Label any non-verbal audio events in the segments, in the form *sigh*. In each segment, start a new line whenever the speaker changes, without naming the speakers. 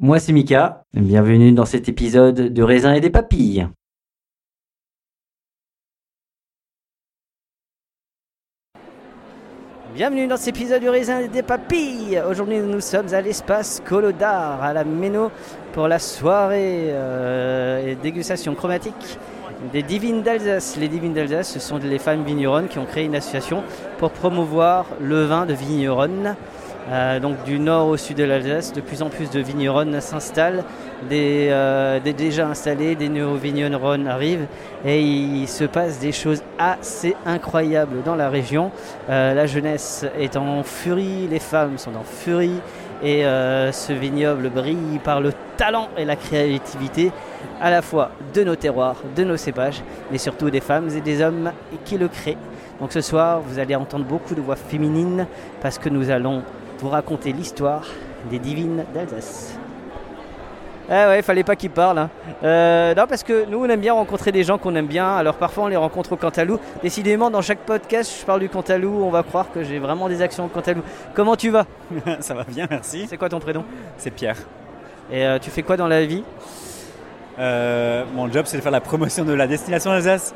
Moi c'est Mika, bienvenue dans cet épisode de raisin et des papilles. Bienvenue dans cet épisode du raisin et des papilles. Aujourd'hui, nous sommes à l'espace Colodar, à la Méno, pour la soirée euh, et dégustation chromatique des Divines d'Alsace. Les Divines d'Alsace, ce sont les femmes vigneronnes qui ont créé une association pour promouvoir le vin de vigneronnes. Euh, donc du nord au sud de l'Alsace, de plus en plus de vigneronnes s'installent, des, euh, des déjà installés, des nouveaux vigneronnes arrivent et il se passe des choses assez incroyables dans la région. Euh, la jeunesse est en furie, les femmes sont en furie et euh, ce vignoble brille par le talent et la créativité à la fois de nos terroirs, de nos cépages, mais surtout des femmes et des hommes qui le créent. Donc ce soir, vous allez entendre beaucoup de voix féminines parce que nous allons vous raconter l'histoire des divines d'Alsace. Ah ouais, fallait pas qu'ils parlent. hein. Euh, non, parce que nous, on aime bien rencontrer des gens qu'on aime bien. Alors parfois, on les rencontre au Cantalou. Décidément, dans chaque podcast, je parle du Cantalou. On va croire que j'ai vraiment des actions au Cantalou. Comment tu vas
*laughs* Ça va bien, merci.
C'est quoi ton prénom
C'est Pierre.
Et euh, tu fais quoi dans la vie
Euh, mon job, c'est de faire la promotion de la destination Alsace.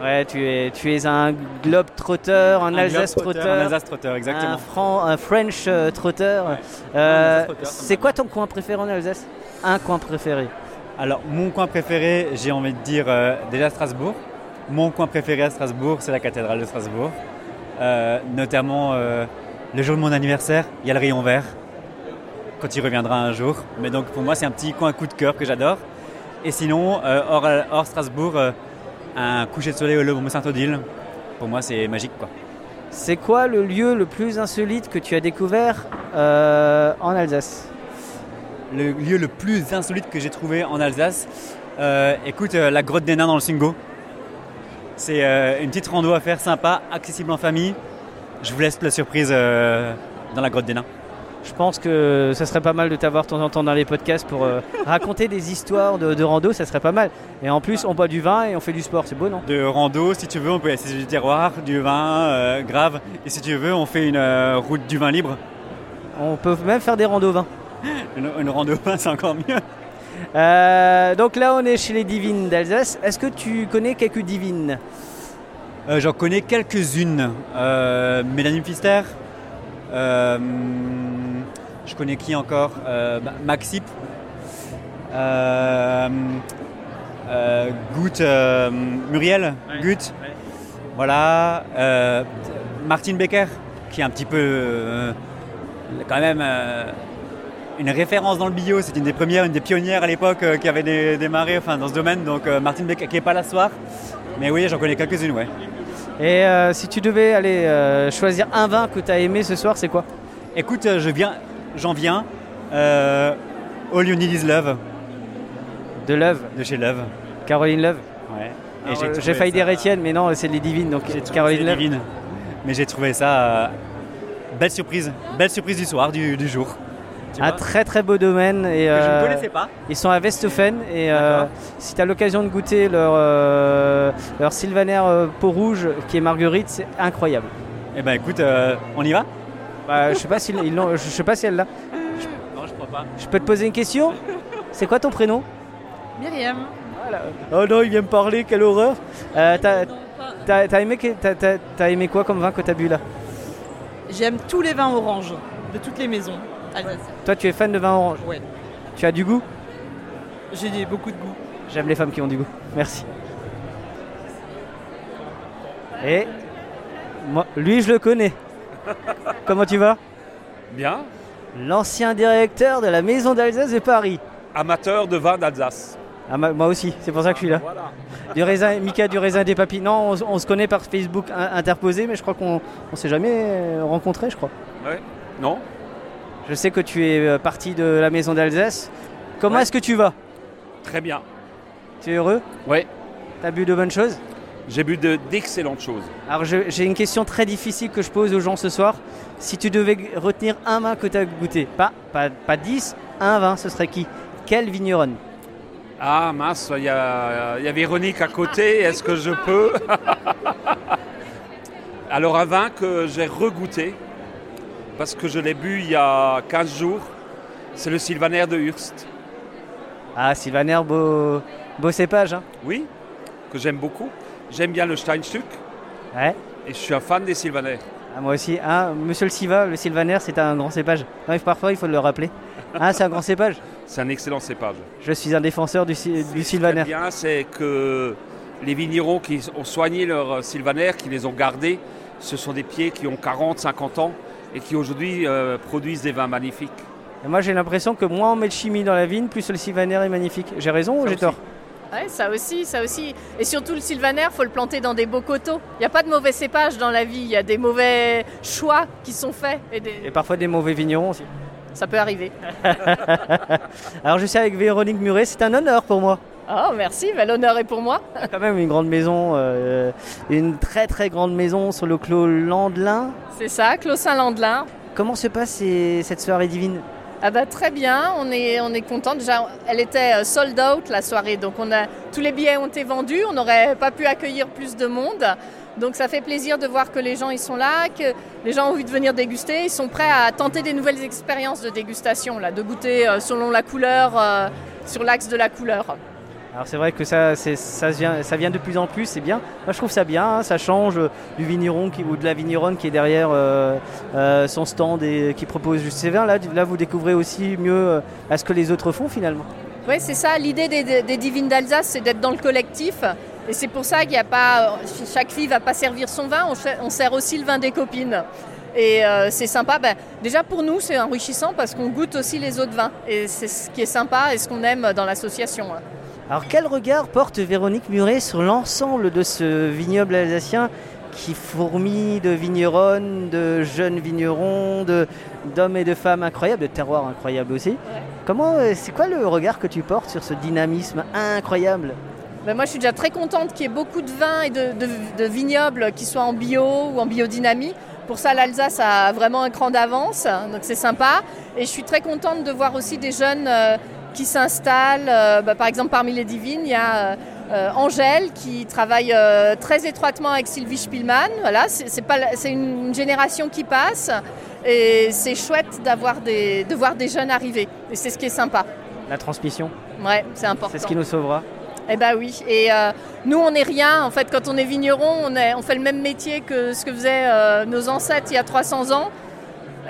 Ouais, tu es, tu es un globe trotteur, un, Ah. Alsace
Un
trotteur.
Alsace trotteur, exactement.
Un, Fran- un French euh, trotteur.
Ouais.
Euh,
Un Alsace trotteur, ça me
c'est quoi ton coin préféré en Alsace Un coin préféré.
Alors, mon coin préféré, j'ai envie de dire euh, déjà Strasbourg. Mon coin préféré à Strasbourg, c'est la cathédrale de Strasbourg. Euh, notamment euh, le jour de mon anniversaire, il y a le rayon vert. Quand il reviendra un jour. Mais donc, pour moi, c'est un petit coin coup de cœur que j'adore. Et sinon, euh, hors, hors Strasbourg, euh, un coucher de soleil au Lobe Saint-Odile. Pour moi, c'est magique, quoi.
C'est quoi le lieu le plus insolite que tu as découvert euh, en Alsace
Le lieu le plus insolite que j'ai trouvé en Alsace, euh, écoute, euh, la grotte des nains dans le Singo. C'est euh, une petite rando à faire sympa, accessible en famille. Je vous laisse la surprise euh, dans la grotte des nains.
Je pense que ça serait pas mal de t'avoir de temps en temps dans les podcasts pour euh, *laughs* raconter des histoires de, de rando, ça serait pas mal. Et en plus, on boit du vin et on fait du sport, c'est beau, non
De rando, si tu veux, on peut essayer du terroir, du vin, euh, grave. Et si tu veux, on fait une euh, route du vin libre.
On peut même faire des randos vin.
*laughs* Une, une rando au vin, c'est encore mieux.
Euh, donc là, on est chez les divines d'Alsace. Est-ce que tu connais quelques divines
Euh, J'en connais quelques-unes. Euh, Mélanie Pfister. Euh, je connais qui encore euh, Ma- Maxip. Euh, euh, Gut, euh, Muriel. Gut. Voilà. Euh, Martine Becker, qui est un petit peu. euh, quand même. euh, une référence dans le bio. C'est une des premières, une des pionnières à l'époque euh, qui avait dé- démarré enfin, dans ce domaine. Donc euh, Martine Beck qui n'est pas là ce soir. Mais oui, j'en connais quelques-unes, ouais.
Et euh, si tu devais aller euh, choisir un vin que tu as aimé ce soir, c'est quoi
Écoute, euh, je viens, j'en viens. Euh, All You Need Is Love
De Love,
de chez Love.
Caroline Love.
Ouais. Et
Alors, euh,
trouvé
J'ai failli
ça-
dire Étienne, mais non, c'est les divines, donc
j'ai trouvé
Caroline
ça
Love.
divine. Mais j'ai trouvé ça euh, belle surprise, belle surprise du soir, du, du jour. Tu
Un
vois
très très beau domaine.
que
Et,
je
euh,
ne connaissais pas.
Ils sont à Westhofen et euh,
D'accord.
si tu as l'occasion de goûter leur, euh, leur sylvaner euh, peau rouge qui est marguerite, c'est incroyable.
Eh ben écoute, euh, on y va
Bah, je sais pas si ils l'ont- je sais pas si elle l'a.
Non, je crois pas.
Je peux te poser une question C'est quoi ton prénom
Myriam.
Oh non, il vient me parler, quelle horreur Euh, T'as t'as- t'as aimé, que- t'as- t'as- t'as aimé quoi comme vin que t'as bu là
J'aime tous les vins oranges de toutes les maisons. alsaciennes.
Toi, tu es fan de vin orange
Ouais.
Tu as du goût
J'ai des- beaucoup de goût.
J'aime les femmes qui ont du goût. Merci. Et moi, lui, je le connais. Comment tu vas
Bien,
L'ancien directeur de la Maison d'Alsace de Paris.
amateur de vin d'Alsace.
Ah, ma- moi aussi, c'est pour ça que je suis là.
Voilà.
Du raisin, Mika du raisin des papilles. Non, on, se- on se connaît par Facebook in- interposé, mais je crois qu'on on s'est jamais euh, rencontrés, je crois.
Ouais. Non
Je sais que tu es euh, parti de la Maison d'Alsace. Comment
Ouais.
est-ce que tu vas
Très bien.
Tu es heureux
Ouais.
T'as bu de bonnes choses
J'ai bu de- d'excellentes choses.
Alors je- j'ai une question très difficile que je pose aux gens ce soir. Si tu devais g- retenir un vin que tu as goûté, pas, pas, pas 10, un vin, ce serait qui Quel vigneron
Ah mince, il y, a- il Euh, y a Véronique à côté, est-ce que je peux *laughs* Alors un vin que j'ai regoûté, parce que je l'ai bu il y a 15 jours, c'est le Sylvaner de Hurst.
Ah, Sylvaner, beau, beau cépage. Hein
Oui, que j'aime beaucoup. J'aime bien le Steinstück,
ouais.
et je suis un fan des Sylvaner.
Ah, moi aussi. Ah, Monsieur le Siva, le Sylvaner, c'est un grand cépage. Non, mais parfois, il faut le rappeler. Ah, c'est un grand cépage.
*laughs* C'est un excellent cépage.
Je suis un défenseur du, si- du
Ce
Sylvaner.
qui est Eh bien, c'est que les vignerons qui ont soigné leurs sylvanaires, qui les ont gardés, ce sont des pieds qui ont 40, 50 ans et qui aujourd'hui euh, produisent des vins magnifiques.
Et moi, j'ai l'impression que moins on met de chimie dans la vigne, plus le Sylvaner est magnifique. J'ai raison ou
Ça
j'ai
aussi.
tort
Ouais, ça aussi, ça aussi. Et surtout, le sylvaner, faut le planter dans des beaux coteaux. Il n'y a pas de mauvais cépages dans la vie, il y a des mauvais choix qui sont faits. Et des-
Et parfois des mauvais vignerons aussi. *laughs*
Ça peut arriver.
Alors, je suis avec Véronique Muret, c'est un honneur pour moi.
Oh, merci, bah, l'honneur est pour moi.
quand même une grande maison, euh, une très très grande maison sur le clos Landelin.
C'est ça, Clos Saint-Landelin.
Comment se passe ces- cette soirée divine
Ah bah très bien, on est, on est content. Déjà, elle était euh, sold out la soirée, donc on a, tous les billets ont été vendus, on n'aurait pas pu accueillir plus de monde. Donc ça fait plaisir de voir que les gens ils sont là, que les gens ont envie de venir déguster, ils sont prêts à tenter des nouvelles expériences de dégustation, là, de goûter euh, selon la couleur, euh, sur l'axe de la couleur.
Alors c'est vrai que ça, c'est- ça, vient, ça vient de plus en plus, c'est bien. Moi je trouve ça bien, hein, ça change euh, du vigneron qui, ou de la vigneronne qui est derrière euh, euh, son stand et qui propose juste ses vins. Là, du- là vous découvrez aussi mieux euh, à ce que les autres font finalement.
Oui, c'est ça. L'idée des, des- des divines d'Alsace, c'est d'être dans le collectif. Et c'est pour ça qu'il n'y a pas. Chaque fille va pas servir son vin, on, fait- on sert aussi le vin des copines. Et euh, c'est sympa. Ben, déjà pour nous, c'est enrichissant parce qu'on goûte aussi les autres vins. Et c'est ce qui est sympa et ce qu'on aime dans l'association. hein.
Alors quel regard porte Véronique Muret sur l'ensemble de ce vignoble alsacien qui fourmille de vigneronnes, de jeunes vignerons, de- d'hommes et de femmes incroyables, de terroirs incroyables aussi. Comment, euh, c'est quoi le regard que tu portes sur ce dynamisme incroyable
Ben, moi, je suis déjà très contente qu'il y ait beaucoup de vins et de, de- de vignobles qui soient en bio ou en biodynamie. Pour ça, l'Alsace a vraiment un cran d'avance, hein, donc c'est sympa. Et je suis très contente de voir aussi des jeunes euh, qui s'installent. Euh, ben, par exemple, parmi les divines, il y a euh, euh, Angèle qui travaille euh, très étroitement avec Sylvie Spielmann. Voilà, c'est c'est pas la- c'est une génération qui passe et c'est chouette d'avoir des, de voir des jeunes arriver. Et c'est ce qui est sympa.
La transmission,
Ouais, c'est important.
c'est ce qui nous sauvera.
Eh ben oui, et euh, nous on n'est rien, en fait quand on est vigneron, on, est- on fait le même métier que ce que faisaient euh, nos ancêtres il y a 300 ans.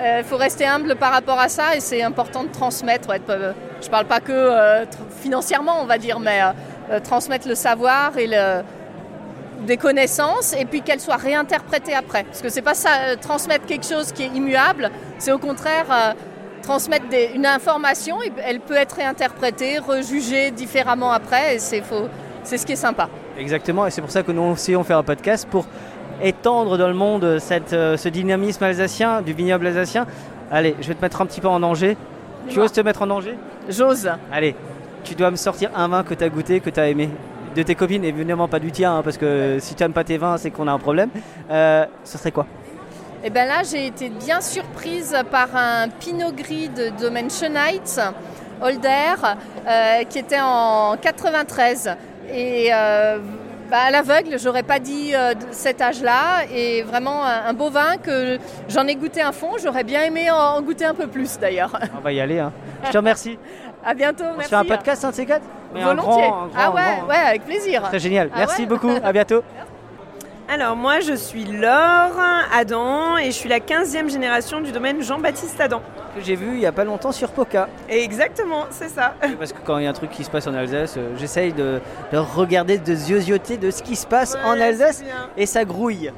Il faut rester humble par rapport à ça et c'est important de transmettre. ouais, de pas- euh, je parle pas que euh, tr- financièrement on va dire, mais euh, euh, transmettre le savoir et le- des connaissances et puis qu'elles soient réinterprétées après. Parce que c'est pas ça, euh, transmettre quelque chose qui est immuable, c'est au contraire euh, transmettre des- une information, et elle peut être réinterprétée, rejugée différemment après, et c'est faux. C'est ce qui est sympa.
Exactement, et c'est pour ça que nous aussi on fait un podcast pour étendre dans le monde cette, euh, ce dynamisme alsacien, du vignoble alsacien. Allez, je vais te mettre un petit peu en danger. Tu oses te mettre en danger
J'ose.
Allez, tu dois me sortir un vin que tu as goûté, que tu as aimé, de tes copines, et évidemment pas du tien, hein, parce que si tu n'aimes pas tes vins, c'est qu'on a un problème. Euh, ce serait quoi
Et bien Eh ben là, j'ai été bien surprise par un Pinot Gris de domaine Schneitz, Holder, euh, qui était en 93. Et euh, bah, à l'aveugle, j'aurais pas dit euh, de cet âge-là. Et vraiment un, un beau vin que j'en ai goûté un fond. J'aurais bien aimé en, en goûter un peu plus d'ailleurs.
On va y aller. hein. Je te remercie.
À bientôt.
Ah. On se
merci. hein.
fait un podcast, un de ces quatre Mais un
Volontiers.
grand, un grand,
ah
un
ouais,
grand.
ouais, avec plaisir.
Très génial.
Ah
Merci
ouais.
beaucoup. À
*laughs*
bientôt.
Alors moi je suis Laure Adam et je suis la 15e génération du domaine Jean-Baptiste Adam.
Que j'ai vu il y a pas longtemps sur Poca.
Et exactement, c'est ça.
Parce que quand il y a un truc qui se passe en Alsace, euh, j'essaye de, de regarder, de ziozoter de ce qui se passe en Alsace et ça grouille.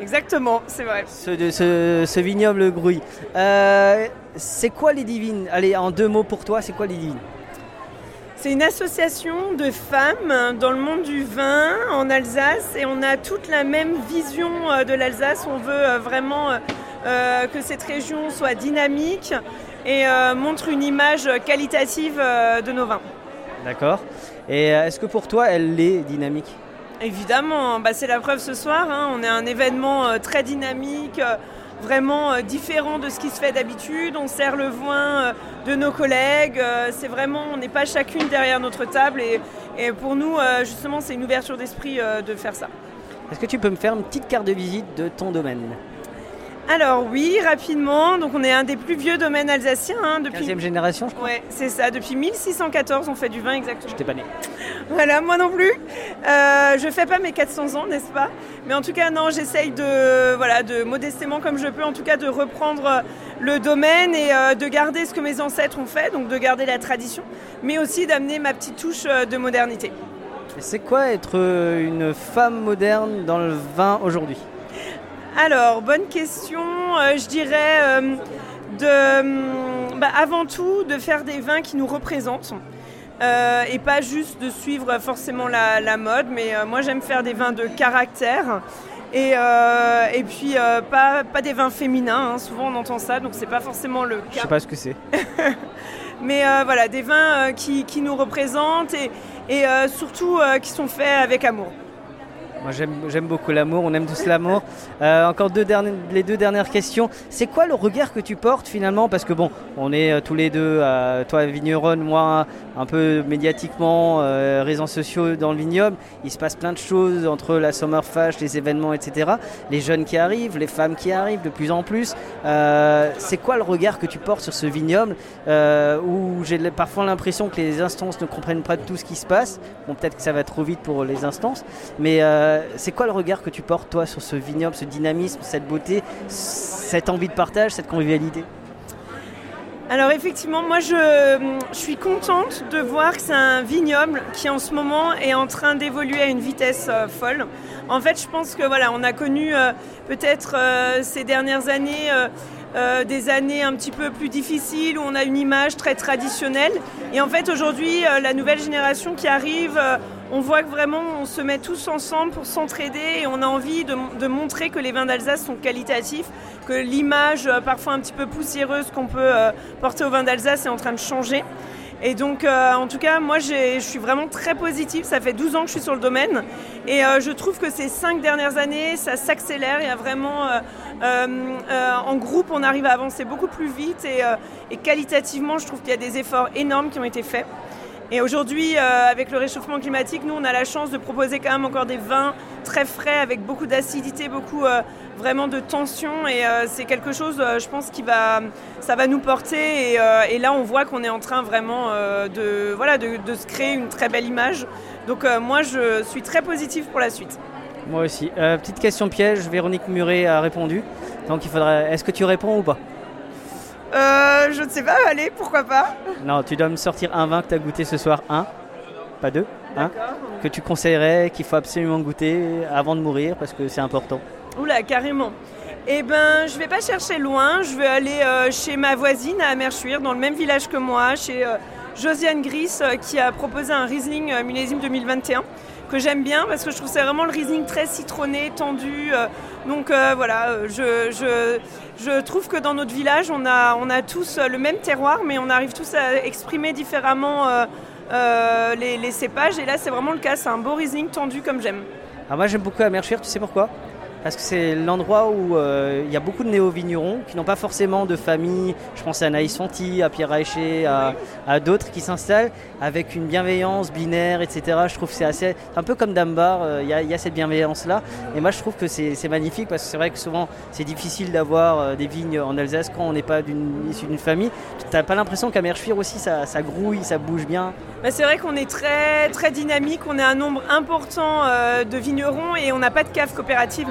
Exactement, c'est vrai.
Ce, de- ce- ce vignoble grouille. Euh, c'est quoi les divines Allez, en deux mots pour toi, c'est quoi les divines
C'est une association de femmes dans le monde du vin en Alsace et on a toute la même vision euh, de l'Alsace. On veut euh, vraiment euh, euh, que cette région soit dynamique et euh, montre une image qualitative euh, de nos vins.
D'accord. Et euh, est-ce que pour toi, elle est dynamique
Évidemment, bah, c'est la preuve ce soir. hein. On est à un événement euh, très dynamique, euh, vraiment euh, différent de ce qui se fait d'habitude. On sert le vin euh, de nos collègues. euh, c'est vraiment, on n'est pas chacune derrière notre table. Et, et pour nous, euh, justement, c'est une ouverture d'esprit euh, de faire ça.
Est-ce que tu peux me faire une petite carte de visite de ton domaine
Alors oui, rapidement. Donc on est un des plus vieux domaines alsaciens. hein, depuis...
15e génération, je crois.
Ouais, c'est ça. Depuis 1614, on fait du vin exactement.
J'étais pas né.
Voilà, moi non plus. Euh, je fais pas mes 400 ans, n'est-ce pas Mais en tout cas, non, j'essaye de, voilà, de modestement comme je peux, en tout cas, de reprendre euh, le domaine et euh, de garder ce que mes ancêtres ont fait, donc de garder la tradition, mais aussi d'amener ma petite touche euh, de modernité.
Et C'est quoi être euh, une femme moderne dans le vin aujourd'hui
Alors, bonne question. Euh, je dirais euh, de, hum, bah, avant tout de faire des vins qui nous représentent. euh, et pas juste de suivre forcément la, la mode, mais euh, moi j'aime faire des vins de caractère et, euh, et puis euh, pas, pas des vins féminins, hein. souvent on entend ça, donc c'est pas forcément le cas.
Je sais pas ce que c'est.
Mais euh, voilà, des vins euh, qui, qui nous représentent et, et, euh, surtout euh, qui sont faits avec amour.
Moi j'aime j'aime beaucoup l'amour, on aime tous l'amour. Euh, encore deux dernières, les deux dernières questions. C'est quoi le regard que tu portes finalement Parce que bon, on est euh, tous les deux, euh, toi vigneronne, moi un peu médiatiquement, euh, réseaux sociaux dans le vignoble. Il se passe plein de choses entre la Sommerfest, les événements, etc. Les jeunes qui arrivent, les femmes qui arrivent de plus en plus. Euh, C'est quoi le regard que tu portes sur ce vignoble euh, où j'ai parfois l'impression que les instances ne comprennent pas tout ce qui se passe Bon, peut-être que ça va trop vite pour les instances, mais euh, c'est quoi le regard que tu portes, toi, sur ce vignoble, ce dynamisme, cette beauté, cette envie de partage, cette convivialité
Alors effectivement, moi je, je suis contente de voir que c'est un vignoble qui en ce moment est en train d'évoluer à une vitesse euh, folle. En fait, je pense que voilà, on a connu euh, peut-être euh, ces dernières années euh, euh, des années un petit peu plus difficiles où on a une image très traditionnelle. Et en fait, aujourd'hui, euh, la nouvelle génération qui arrive, euh, on voit que vraiment on se met tous ensemble pour s'entraider et on a envie de, de montrer que les vins d'Alsace sont qualitatifs, que l'image euh, parfois un petit peu poussiéreuse qu'on peut euh, porter aux vins d'Alsace est en train de changer. Et donc, euh, en tout cas, moi, j'ai- je suis vraiment très positive. Ça fait 12 ans que je suis sur le domaine. Et euh, je trouve que ces cinq dernières années, ça s'accélère. Il y a vraiment... euh, euh, euh, en groupe, on arrive à avancer beaucoup plus vite. Et, euh, et qualitativement, je trouve qu'il y a des efforts énormes qui ont été faits. Et aujourd'hui, euh, avec le réchauffement climatique, nous, on a la chance de proposer quand même encore des vins très frais, avec beaucoup d'acidité, beaucoup euh, vraiment de tension. Et euh, c'est quelque chose, euh, je pense, qui va, ça va nous porter. Et, euh, et là, on voit qu'on est en train vraiment euh, de, voilà, de, de se créer une très belle image. Donc euh, moi, je suis très positive pour la suite.
Moi aussi. Euh, petite question piège, Véronique Muret a répondu. Donc il faudrait. Est-ce que tu réponds ou pas
Euh, je ne sais pas, allez, pourquoi pas
Non, tu dois me sortir un vin que tu as goûté ce soir. Un, pas deux. Un, que tu conseillerais, qu'il faut absolument goûter avant de mourir parce que c'est important.
Oula, carrément. Eh ben, je vais pas chercher loin. Je vais aller euh, chez ma voisine à Amerchuir, dans le même village que moi, chez euh, Josiane Gris, euh, qui a proposé un Riesling euh, millésime 2021 que j'aime bien parce que je trouve que c'est vraiment le Riesling très citronné, tendu. euh, donc euh, voilà, euh, je, je, je trouve que dans notre village, on a, on a tous euh, le même terroir, mais on arrive tous à exprimer différemment euh, euh, les, les cépages. Et là, c'est vraiment le cas. C'est un beau Riesling tendu comme j'aime.
Alors Ah, moi j'aime beaucoup Amershire, tu sais pourquoi Parce que c'est l'endroit où euh, il y a beaucoup de néo-vignerons qui n'ont pas forcément de famille. Je pense à Naïs Fanti, à Pierre Aéché, à, à d'autres qui s'installent avec une bienveillance binaire, etc. Je trouve que c'est assez... Un peu comme Dambar, euh, il y, a- il y a cette bienveillance-là. Et moi je trouve que c'est c'est magnifique parce que c'est vrai que souvent c'est difficile d'avoir euh, des vignes en Alsace quand on n'est pas d'une- issu d'une famille. T'as pas l'impression qu'Amershire aussi ça- ça grouille, ça bouge bien
Bah, c'est vrai qu'on est très, très dynamique, on a un nombre important euh, de vignerons et on n'a pas de cave coopérative.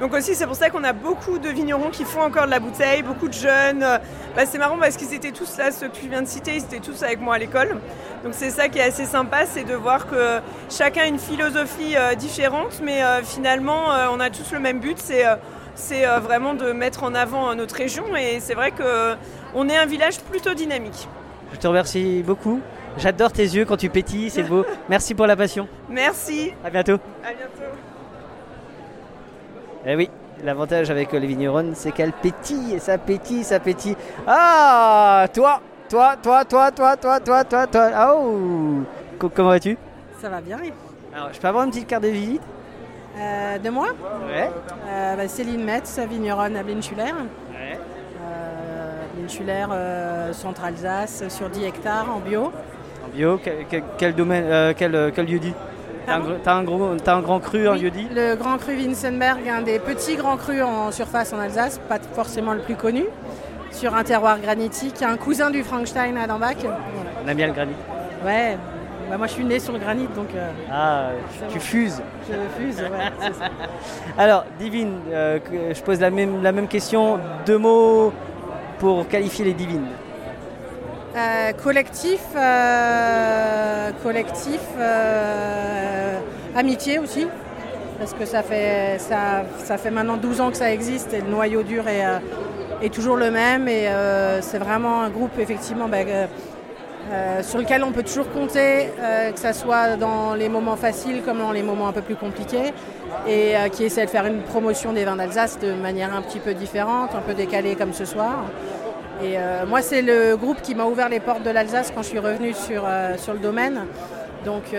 Donc aussi c'est pour ça qu'on a beaucoup de vignerons qui font encore de la bouteille, beaucoup de jeunes. Euh, Bah, c'est marrant parce qu'ils étaient tous là, ceux que tu viens de citer, ils étaient tous avec moi à l'école. Donc c'est ça qui est assez sympa, c'est de voir que chacun a une philosophie euh, différente, mais euh, finalement euh, on a tous le même but, c'est euh, c'est euh, vraiment de mettre en avant euh, notre région et c'est vrai qu'on est un village plutôt dynamique.
Je te remercie beaucoup. J'adore tes yeux quand tu pétilles, c'est beau. Merci pour la passion.
Merci.
À bientôt.
À bientôt.
Eh oui, l'avantage avec les vignerons, c'est qu'elles pétillent, et ça pétille, ça pétille. Ah, toi, toi, toi, toi, toi, toi, toi, toi, toi. Ah, Oh, Co- comment vas-tu
Ça va bien. oui.
Alors, je peux avoir une petite carte de visite
Euh, de moi
Ouais.
Euh, bah, Céline Metz, vigneronne à Blinschuler. Euh, Blinschuler, euh, centre Alsace, sur 10 hectares en bio.
En bio, que- que- quel domaine, euh, quel, euh, quel lieu dit T'as un, gr- t'as un gros- t'as un grand cru, un lieu dit
Le Grand Cru Winsenberg, un des petits grands crus en surface en Alsace, pas forcément le plus connu, sur un terroir granitique, un cousin du Frankenstein à Dambach. Voilà.
On aime bien le granit.
Ouais, bah, moi je suis née sur le granit, donc euh,
Ah, tu- tu fuses.
je fuse. ouais, c'est ça.
*laughs* Alors, Divine, euh, que- je pose la même, la même question. Deux mots pour qualifier les divines.
Euh, collectif, euh, collectif, euh, amitié aussi, parce que ça fait, ça, ça fait maintenant 12 ans que ça existe et le noyau dur est, euh, est toujours le même et euh, c'est vraiment un groupe effectivement bah, euh, euh, sur lequel on peut toujours compter, euh, que ce soit dans les moments faciles comme dans les moments un peu plus compliqués, et euh, qui essaie de faire une promotion des vins d'Alsace de manière un petit peu différente, un peu décalée comme ce soir. Et euh, moi, c'est le groupe qui m'a ouvert les portes de l'Alsace quand je suis revenue sur, euh, sur le domaine. Donc, euh,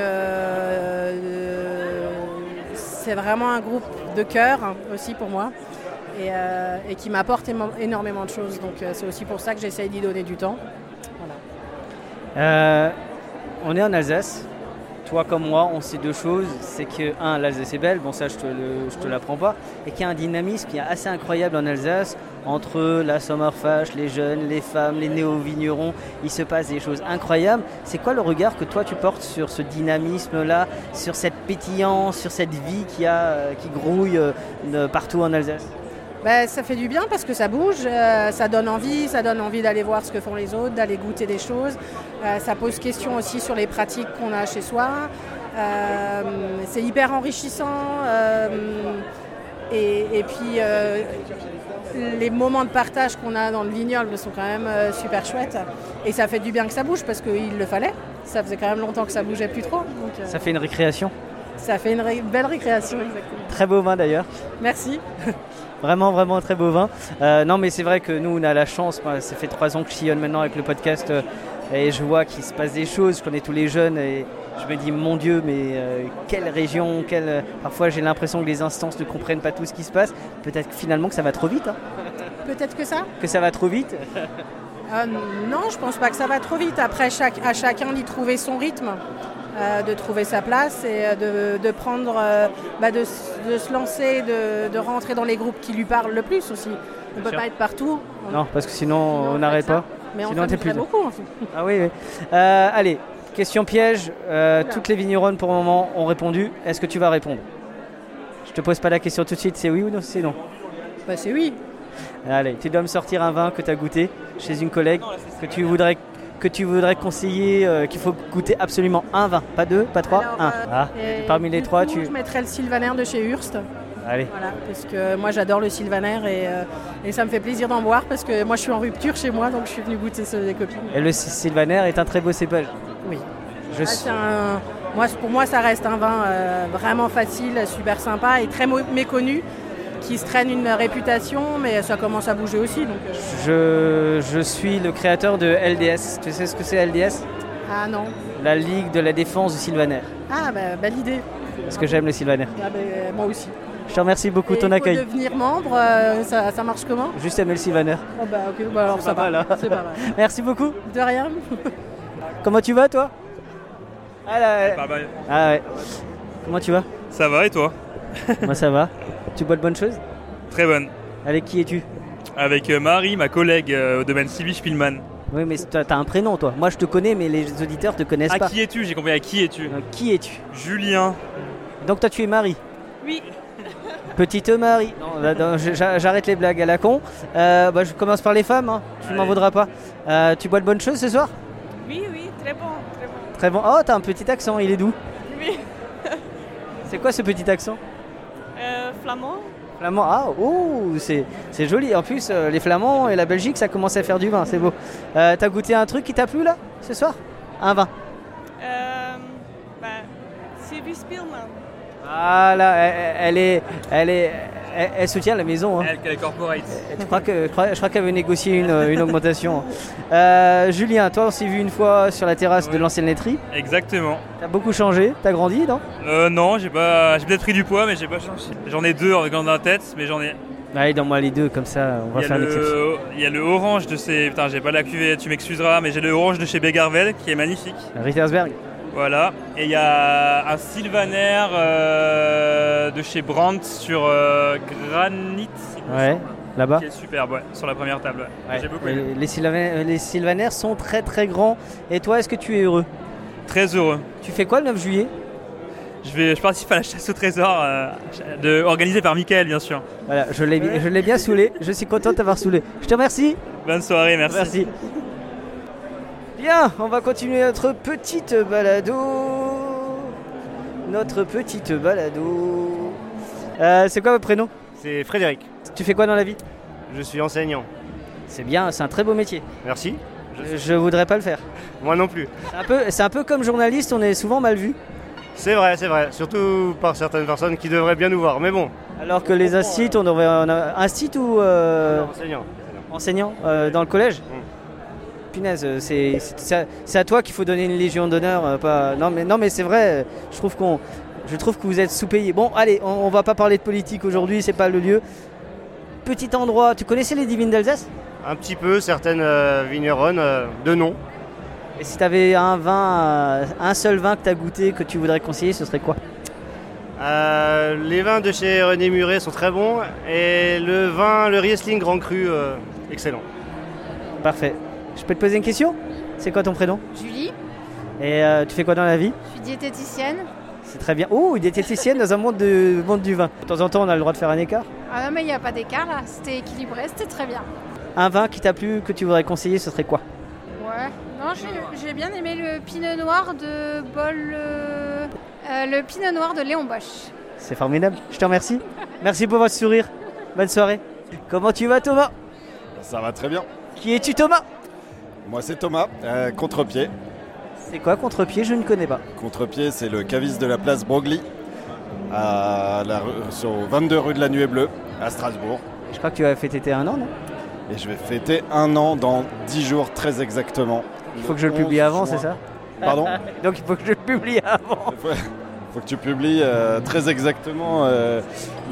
euh, c'est vraiment un groupe de cœur hein, aussi pour moi et, euh, et qui m'apporte émo- énormément de choses. Donc, euh, c'est aussi pour ça que j'essaye d'y donner du temps.
Euh, on est en Alsace. Toi comme moi, on sait deux choses. C'est que, un, l'Alsace est belle, bon ça je te, le- je te l'apprends pas, et qu'il y a un dynamisme qui est assez incroyable en Alsace, entre la Sommerfach, les jeunes, les femmes, les néo-vignerons, il se passe des choses incroyables. C'est quoi le regard que toi tu portes sur ce dynamisme-là, sur cette pétillance, sur cette vie qui, a, euh, qui grouille euh, de- partout en Alsace
Ben, ça fait du bien parce que ça bouge, euh, ça donne envie, ça donne envie d'aller voir ce que font les autres, d'aller goûter des choses. Euh, ça pose question aussi sur les pratiques qu'on a chez soi. Euh, c'est hyper enrichissant. euh, et, et puis, euh, les moments de partage qu'on a dans le vignoble sont quand même euh, super chouettes. Et ça fait du bien que ça bouge parce qu'il le fallait. Ça faisait quand même longtemps que ça bougeait plus trop. Donc, euh,
Ça fait une récréation.
ça fait une ré- belle récréation, exactement.
Très beau vin d'ailleurs.
Merci.
Vraiment, vraiment très beau vin. Euh, non, mais c'est vrai que nous, on a la chance. Moi, ça fait trois ans que je sillonne maintenant avec le podcast euh, et je vois qu'il se passe des choses. Je connais tous les jeunes et je me dis, mon Dieu, mais euh, quelle région, quelle... Parfois, j'ai l'impression que les instances ne comprennent pas tout ce qui se passe. Peut-être que finalement que ça va trop vite. hein.
Peut-être que ça
Que ça va trop
*laughs*
vite.
Euh, non, je pense pas que ça va trop vite. Après, chaque- à chacun d'y trouver son rythme, euh, de trouver sa place et euh, de, de prendre, euh, bah, de, s- de se lancer, de, de rentrer dans les groupes qui lui parlent le plus aussi. On ne peut
sûr.
pas être partout. On-
Non, parce que sinon, on n'arrête pas.
Mais on
sinon, t'es
s'amuserait
plus.
beaucoup. en fait.
Ah oui, oui. Euh, allez, question piège. Euh, toutes les vigneronnes pour le moment ont répondu. Est-ce que tu vas répondre Je te pose pas la question tout de suite, c'est oui ou non C'est non.
Bah, c'est oui.
Allez, tu dois me sortir un vin que tu as goûté chez une collègue, que tu voudrais, que tu voudrais conseiller, euh, qu'il faut goûter absolument un vin. Pas deux, pas trois, un. Ah,
euh, Et
parmi les
du
trois,
coup,
tu.
Je mettrais le Sylvaner de chez Hurst.
Allez.
Voilà, parce que moi j'adore le sylvaner et, euh, et ça me fait plaisir d'en boire parce que moi je suis en rupture chez moi donc je suis venue goûter ceux des copines.
Et le sylvaner est un très beau cépage.
Oui.
Je
Ah,
suis-
c'est un- moi, c'est- pour moi, ça reste un vin euh, vraiment facile, super sympa et très mo- méconnu, qui se traîne une réputation, mais ça commence à bouger aussi. Donc, euh,
Je, je suis le créateur de LDS. Tu sais ce que c'est LDS
Ah non.
La Ligue de la Défense du Sylvaner.
Ah, bah, belle idée.
Parce que j'aime le Sylvaner.
Ah, bah, moi aussi.
Je te remercie beaucoup de
Et
ton
faut
accueil.
devenir membre, euh, ça, ça marche comment
Juste aimer le Sylvaner.
Oh, bah, ok, bah, alors ça va. C'est pas mal.
Ah, Merci beaucoup.
De rien.
Comment tu vas toi Ah ouais. Comment tu vas
Ça va et toi
Moi ça va. *laughs* Tu bois de bonnes choses
Très bonne.
Avec qui es-tu
Avec euh, Marie, ma collègue euh, au domaine Sylvie Spielmann.
Oui mais t'as t'as un prénom toi. Moi je te connais mais les auditeurs te connaissent
À
pas.
qui es-tu J'ai compris, à qui es-tu
Qui es-tu
Julien.
Donc toi tu es Marie.
Oui.
Petite Marie. Non, là, non, je- j'a- j'arrête les blagues à la con. Euh, bah, je commence par les femmes, hein. tu m'en
Allez.
voudras pas. Euh, tu bois de bonnes choses ce soir
Oui, oui, très bon, très bon.
Très bon. Oh, t'as un petit accent, il est doux.
Oui. *laughs*
C'est quoi ce petit accent
Euh, flamand
Flamand. Ah, oh, c'est c'est joli. En plus, euh, les Flamands et la Belgique, ça commence à faire du vin, c'est beau. Euh, t'as goûté un truc qui t'a plu là, ce soir Un vin.
euh, bah, Sylvie Spielmann.
Ah là, elle, elle est, elle est, elle, elle soutient la maison. hein.
Elle, qu'elle est corporate.
Je crois que- je crois- je crois qu'elle veut négocier une, une augmentation. Euh, Julien, toi, on s'est vu une fois sur la terrasse de l'ancienne laiterie.
Exactement.
T'as beaucoup changé, t'as grandi, non
Euh, non, j'ai pas, j'ai peut-être pris du poids, mais j'ai pas changé. J'en ai deux avec dans la tête, mais j'en ai.
Allez, donne-moi les deux, comme ça, on
Il
va
y, a
faire l'exception.
le, il y a le orange de ces. Putain, j'ai pas la cuvée, tu m'excuseras, mais j'ai le orange de chez Begarvel qui est magnifique.
Rittersberg.
Voilà. Et il y a un Sylvaner euh, de chez Brandt sur euh, Granit. il me
Ouais,
semble.
là-bas.
Qui est superbe, ouais, sur la première table. ouais. J'ai beaucoup aimé.
Et Les, Sylvaner- les sylvanaires sont très très grands. Et toi, est-ce que tu es heureux
Très heureux.
Tu fais quoi le 9 juillet
Je, vais, je participe à la chasse au trésor euh, de, organisée par Mickaël, bien sûr.
Voilà, je l'ai, bi- je l'ai bien saoulé. Je suis content d'avoir saoulé. Je te remercie.
Bonne soirée, merci.
Merci. Bien, on va continuer notre petite balado. Notre petite balado. Euh, c'est quoi votre prénom
C'est Frédéric.
Tu fais quoi dans la vie
Je suis enseignant.
C'est bien, c'est un très beau métier.
Merci.
Je, je voudrais pas le faire.
Moi non plus.
C'est un peu, c'est un peu comme journaliste, on est souvent mal vu.
C'est vrai, c'est vrai. Surtout par certaines personnes qui devraient bien nous voir. Mais bon.
Alors que les incites, on devrait. on a- incite ou. euh,
Enseignant. Mm.
enseignant euh, dans le collège Punaise, euh, c'est- c'est c'est à- c'est à toi qu'il faut donner une légion d'honneur, euh, pas. Non mais non mais c'est vrai. euh, Je trouve qu'on, je trouve que vous êtes sous-payé. Bon, allez, on, on va pas parler de politique aujourd'hui, c'est pas le lieu. Petit endroit. Tu connaissais les divines d'Alsace
Un petit peu certaines euh, vigneronnes euh, de nom.
Et si t'avais un vin, euh, un seul vin que t'as goûté que tu voudrais conseiller, ce serait quoi
Euh, les vins de chez René Muret sont très bons. Et le vin, le Riesling Grand Cru, euh, excellent.
Parfait. Je peux te poser une question C'est quoi ton prénom
Julie,
Et euh, tu fais quoi dans la vie
je suis diététicienne.
C'est très bien. Oh, une diététicienne dans un monde, de, monde du vin. De temps en temps, on a le droit de faire un écart.
Ah non, mais il n'y a pas d'écart là, c'était équilibré, c'était très bien.
Un vin qui t'a plu, que tu voudrais conseiller, ce serait quoi
Ouais, non, j'ai- j'ai bien aimé le pinot noir de Bol. euh, euh, le pinot noir de Léon Bosch.
C'est formidable. Je te remercie. Merci pour votre sourire. Bonne soirée. Comment tu vas, Thomas
Ça va très bien.
Qui es-tu, Thomas
Moi, c'est Thomas, euh, contre-pied.
C'est quoi contre-pied Je ne connais pas.
Contre-pied, c'est le caviste de la place Broglie, à la rue- sur 22 rue de la Nuée Bleue, à Strasbourg.
Je crois que tu vas fêter tes un an, non
Et je vais fêter un an dans 10 jours, très exactement.
Il faut que je le publie
11
avant,
juin.
c'est ça
Pardon
*laughs* Donc il faut que je le publie avant.
Il faut que tu publies euh, très exactement euh,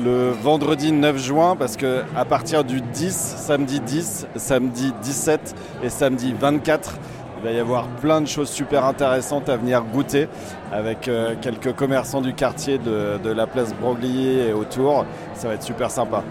le vendredi 9 juin parce que à partir du 10, samedi 10, samedi 17 et samedi 24, il va y avoir plein de choses super intéressantes à venir goûter avec euh, quelques commerçants du quartier de, de la place Broglier et autour. Ça va être super sympa.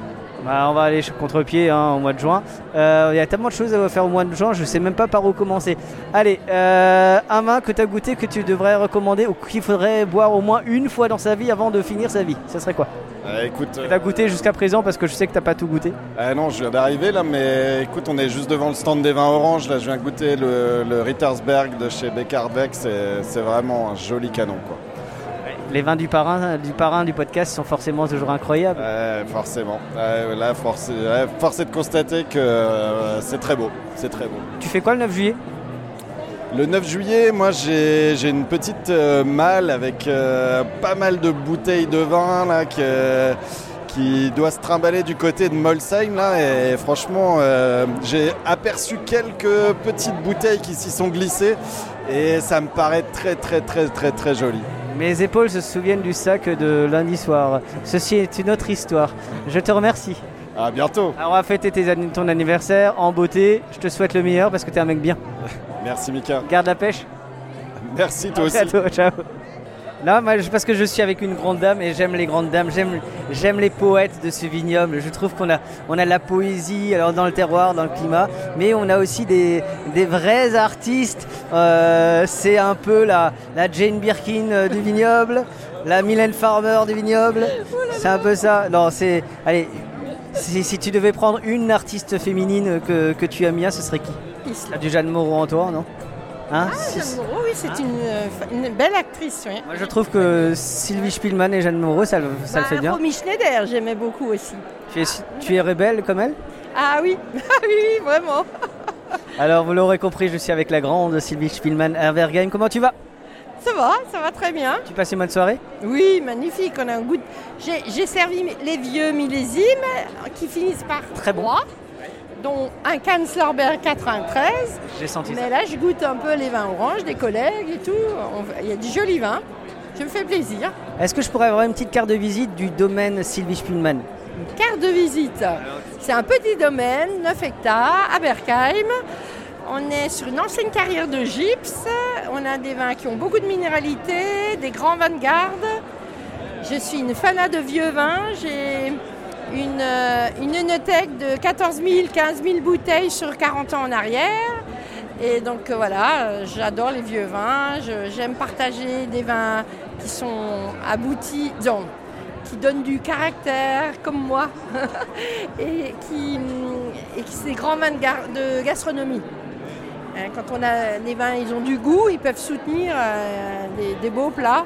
Bah, on va aller chez contre-pied hein, au mois de juin. Euh, Il y a tellement de choses à faire au mois de juin, je sais même pas par où commencer. Allez, euh, un vin que tu as goûté que tu devrais recommander ou qu'il faudrait boire au moins une fois dans sa vie avant de finir sa vie. Ce serait quoi
Euh, écoute,
T'as goûté jusqu'à présent parce que je sais que t'as pas tout goûté.
Ah non, je viens d'arriver là, mais écoute, on est juste devant le stand des vins oranges. Là, je viens goûter le, le Rittersberg de chez Beccarbeck. C'est c'est vraiment un joli canon, quoi.
Les vins du parrain, du parrain du podcast sont forcément toujours incroyables.
Ouais, forcément. Ouais, là, force, ouais, force est de constater que euh, c'est très beau. C'est très beau.
Tu fais quoi le 9 juillet
Le 9 juillet, moi, j'ai j'ai une petite euh, malle avec euh, pas mal de bouteilles de vin là, que- qui doit se trimballer du côté de Molsheim. Là, et franchement, euh, j'ai aperçu quelques petites bouteilles qui s'y sont glissées. Et ça me paraît très, très, très, très, très joli.
Mes épaules se souviennent du sac de lundi soir. Ceci est une autre histoire. Je te remercie.
À bientôt.
Alors, on va fêter tes anni- ton anniversaire en beauté. Je te souhaite le meilleur parce que t'es un mec bien.
Merci, Mika.
Garde la pêche.
Merci, toi aussi.
À bientôt, ciao. Non, moi, je- parce que je suis avec une grande dame et j'aime les grandes dames, j'aime, j'aime les poètes de ce vignoble. Je trouve qu'on a, on a de la poésie alors dans le terroir, dans le climat, mais on a aussi des, des vrais artistes. Euh, c'est un peu la, la Jane Birkin euh, du vignoble, la Mylène Farmer du vignoble. C'est un peu ça. Non, c'est. Allez, si, si tu devais prendre une artiste féminine que, que tu aimes bien, ce serait qui
Isla.
Ah, Du Jeanne Moreau en toi, non Hein Si-
Ah, oui, c'est une, euh, fa- une belle actrice. Oui.
Moi, je trouve que Sylvie Spielmann et Jeanne Moreau, ça, le- ça le fait bien.
Bah, Romy Schneider, j'aimais beaucoup aussi.
Tu es, tu es rebelle comme elle
Ah oui, *laughs* Ah oui, oui, vraiment.
Alors, vous l'aurez compris, je suis avec la grande Sylvie Spielmann à Vergheim. Comment tu vas
Ça va, ça va très bien.
Tu passes une bonne soirée
Oui, magnifique. On a un goût. de- J'ai j'ai servi les vieux millésimes euh, qui finissent par très bon. dont un Kanzlerberg 93.
J'ai senti
Mais
ça.
là, je goûte un peu les vins oranges des collègues et tout. On- Il y a du joli vin. Je me fais plaisir.
Est-ce que je pourrais avoir une petite carte de visite du domaine Sylvie Spielmann
Carte de visite. C'est un petit domaine, 9 hectares, à Berkheim. On est sur une ancienne carrière de gypse. On a des vins qui ont beaucoup de minéralité, des grands vins de garde. Je suis une fanat de vieux vins. J'ai une, euh, une œnothèque de 14 000, 15 000 bouteilles sur 40 ans en arrière. Et donc euh, voilà, euh, j'adore les vieux vins. Je- J'aime partager des vins qui sont aboutis, disons, qui donnent du caractère, comme moi, *laughs* et qui, et qui c'est des grands vins de, gar- de gastronomie. Hein, Quand on a les vins, ils ont du goût, ils peuvent soutenir euh, des, des beaux plats.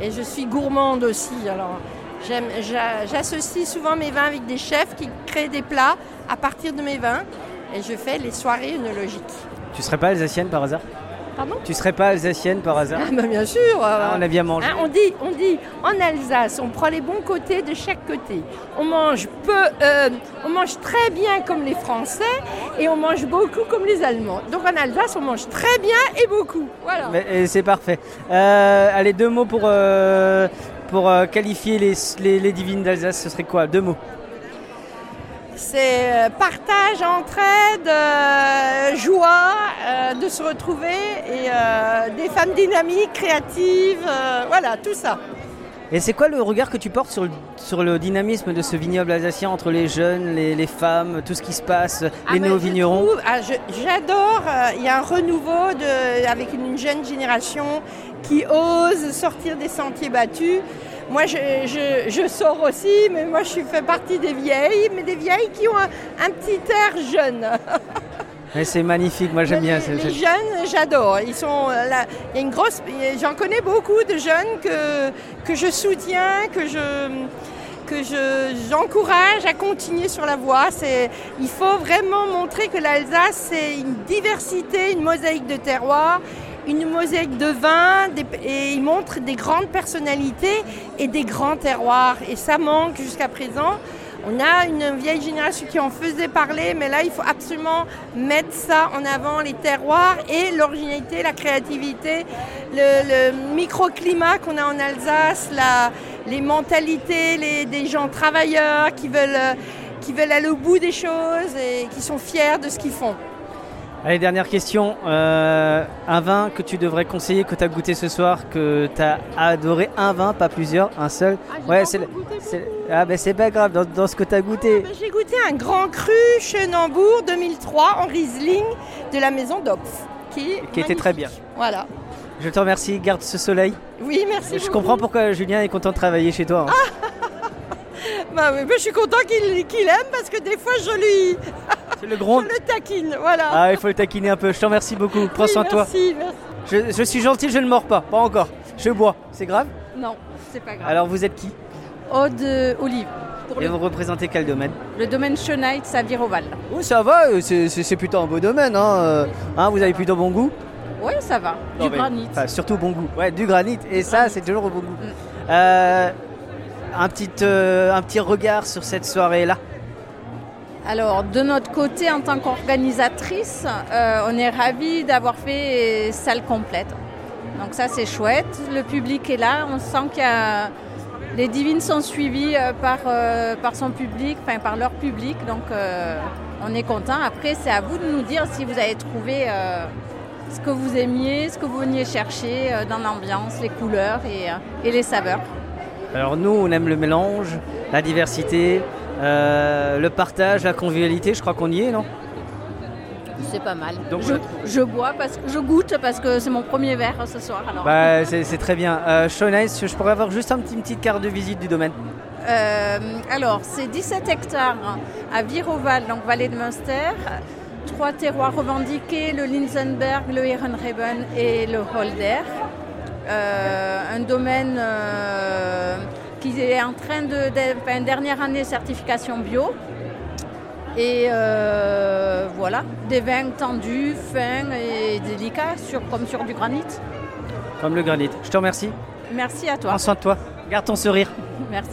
Et je suis gourmande aussi, alors j'aime- j'a- j'associe souvent mes vins avec des chefs qui créent des plats à partir de mes vins. Et je fais les soirées œnologiques.
Tu serais pas alsacienne par hasard
Pardon
Tu serais pas alsacienne par hasard
Ah bah bien sûr.
Ah, on a bien mangé.
Hein, on, dit, on dit en Alsace, on prend les bons côtés de chaque côté. On mange peu, euh, on mange très bien comme les Français et on mange beaucoup comme les Allemands. Donc en Alsace, on mange très bien et beaucoup. Voilà.
Mais- et C'est parfait. Euh, allez, deux mots pour, euh, pour euh, qualifier les, les, les divines d'Alsace. Ce serait quoi Deux mots.
C'est euh, partage, entraide, euh, joie euh, de se retrouver et euh, des femmes dynamiques, créatives, euh, voilà tout ça.
Et c'est quoi le regard que tu portes sur le, sur le dynamisme de ce vignoble alsacien entre les jeunes, les, les femmes, tout ce qui se passe,
Ah,
les
mais je
néo-vignerons
trouve- ah, je- J'adore, euh, il y a un renouveau de, avec une jeune génération qui ose sortir des sentiers battus. Moi, je, je- je sors aussi, mais moi, je fais partie des vieilles, mais des vieilles qui ont un, un petit air jeune. *laughs*
Mais c'est magnifique, moi j'aime bien.
les,
c'est-
les
c'est-
jeunes, j'adore. Ils sont euh, là. Il y a une grosse. J'en connais beaucoup de jeunes que, que je soutiens, que je que je- j'encourage à continuer sur la voie. C'est- Il faut vraiment montrer que l'Alsace, c'est une diversité, une mosaïque de terroirs, une mosaïque de vins, des- et il montre des grandes personnalités et des grands terroirs. Et ça manque jusqu'à présent. On a une vieille génération qui en faisait parler, mais là, il faut absolument mettre ça en avant, les terroirs et l'originalité, la créativité, le, le microclimat qu'on a en Alsace, la- les mentalités les- des gens travailleurs qui veulent, euh, qui veulent aller au bout des choses et qui sont fiers de ce qu'ils font.
Allez, dernière question. Euh, un vin que tu devrais conseiller, que tu as goûté ce soir, que tu as adoré. Un vin, pas plusieurs, un seul.
Ah,
ouais, c'est le- c'est- Ah, ben c'est pas grave, dans, dans ce que tu as goûté.
J'ai goûté un grand cru Chenambourg 2003 en Riesling de la maison Dopf. Qui, est
Qui était très
magnifique.
bien.
Voilà.
Je te remercie, garde ce soleil.
Oui, merci.
Je
beaucoup.
comprends pourquoi Julien est content de travailler chez toi. hein.
Bah oui, mais je suis content qu'il qu'il aime parce que des fois je lui.
le gronde.
*laughs* je le taquine, voilà.
Ah, il faut le taquiner un peu. Je te remercie beaucoup. Prends
Oui,
soin de toi.
merci, merci.
Je, je suis gentil, je ne mords pas. Pas encore. Je bois, c'est grave
Non, c'est pas grave.
Alors vous êtes qui
Aude Olive. Pour
Et
le,
vous représentez quel domaine
le domaine Chenite, Savire-Oval.
Oui, ça va, euh, c'est- c'est c'est plutôt un beau domaine. Hein. euh, hein, vous avez plutôt bon goût
Oui, ça va.
Non,
du
mais-
granit.
Enfin, surtout bon goût. Ouais, du granit. Et ça, c'est toujours au bon goût.
Mm.
Euh, un, petit, euh, un petit regard sur cette soirée-là.
Alors, de notre côté, en tant qu'organisatrice, euh, on est ravis d'avoir fait salle complète. Donc ça, c'est chouette. Le public est là. On sent qu'il y a... Les divines sont suivies euh, par, euh, par son public, enfin par leur public. Donc euh, on est content. Après, c'est à vous de nous dire si vous avez trouvé euh, ce que vous aimiez, ce que vous veniez chercher euh, dans l'ambiance, les couleurs et, euh, et les saveurs.
Alors nous, on aime le mélange, la diversité, euh, le partage, la convivialité. Je crois qu'on y est, non
C'est pas mal.
Donc,
je,
vous êtes-
je bois parce que je goûte parce que c'est mon premier verre ce soir. Alors.
Bah, c'est c'est très bien. Euh, Shona, est-ce que je pourrais avoir juste un petit, une petite carte de visite du domaine
Euh, alors, c'est 17 hectares à Viroval, donc vallée de Münster. Trois terroirs revendiqués, le Linsenberg, le Ehrenreben et le Holder. Euh, un domaine euh, qui est en train de, de- enfin, dernière année certification bio. Et euh, voilà, des vins tendus, fins et délicats, sur, comme sur du granit.
Comme le granit. Je te remercie.
Merci à toi.
Prends soin de toi. Garde ton sourire.
Merci.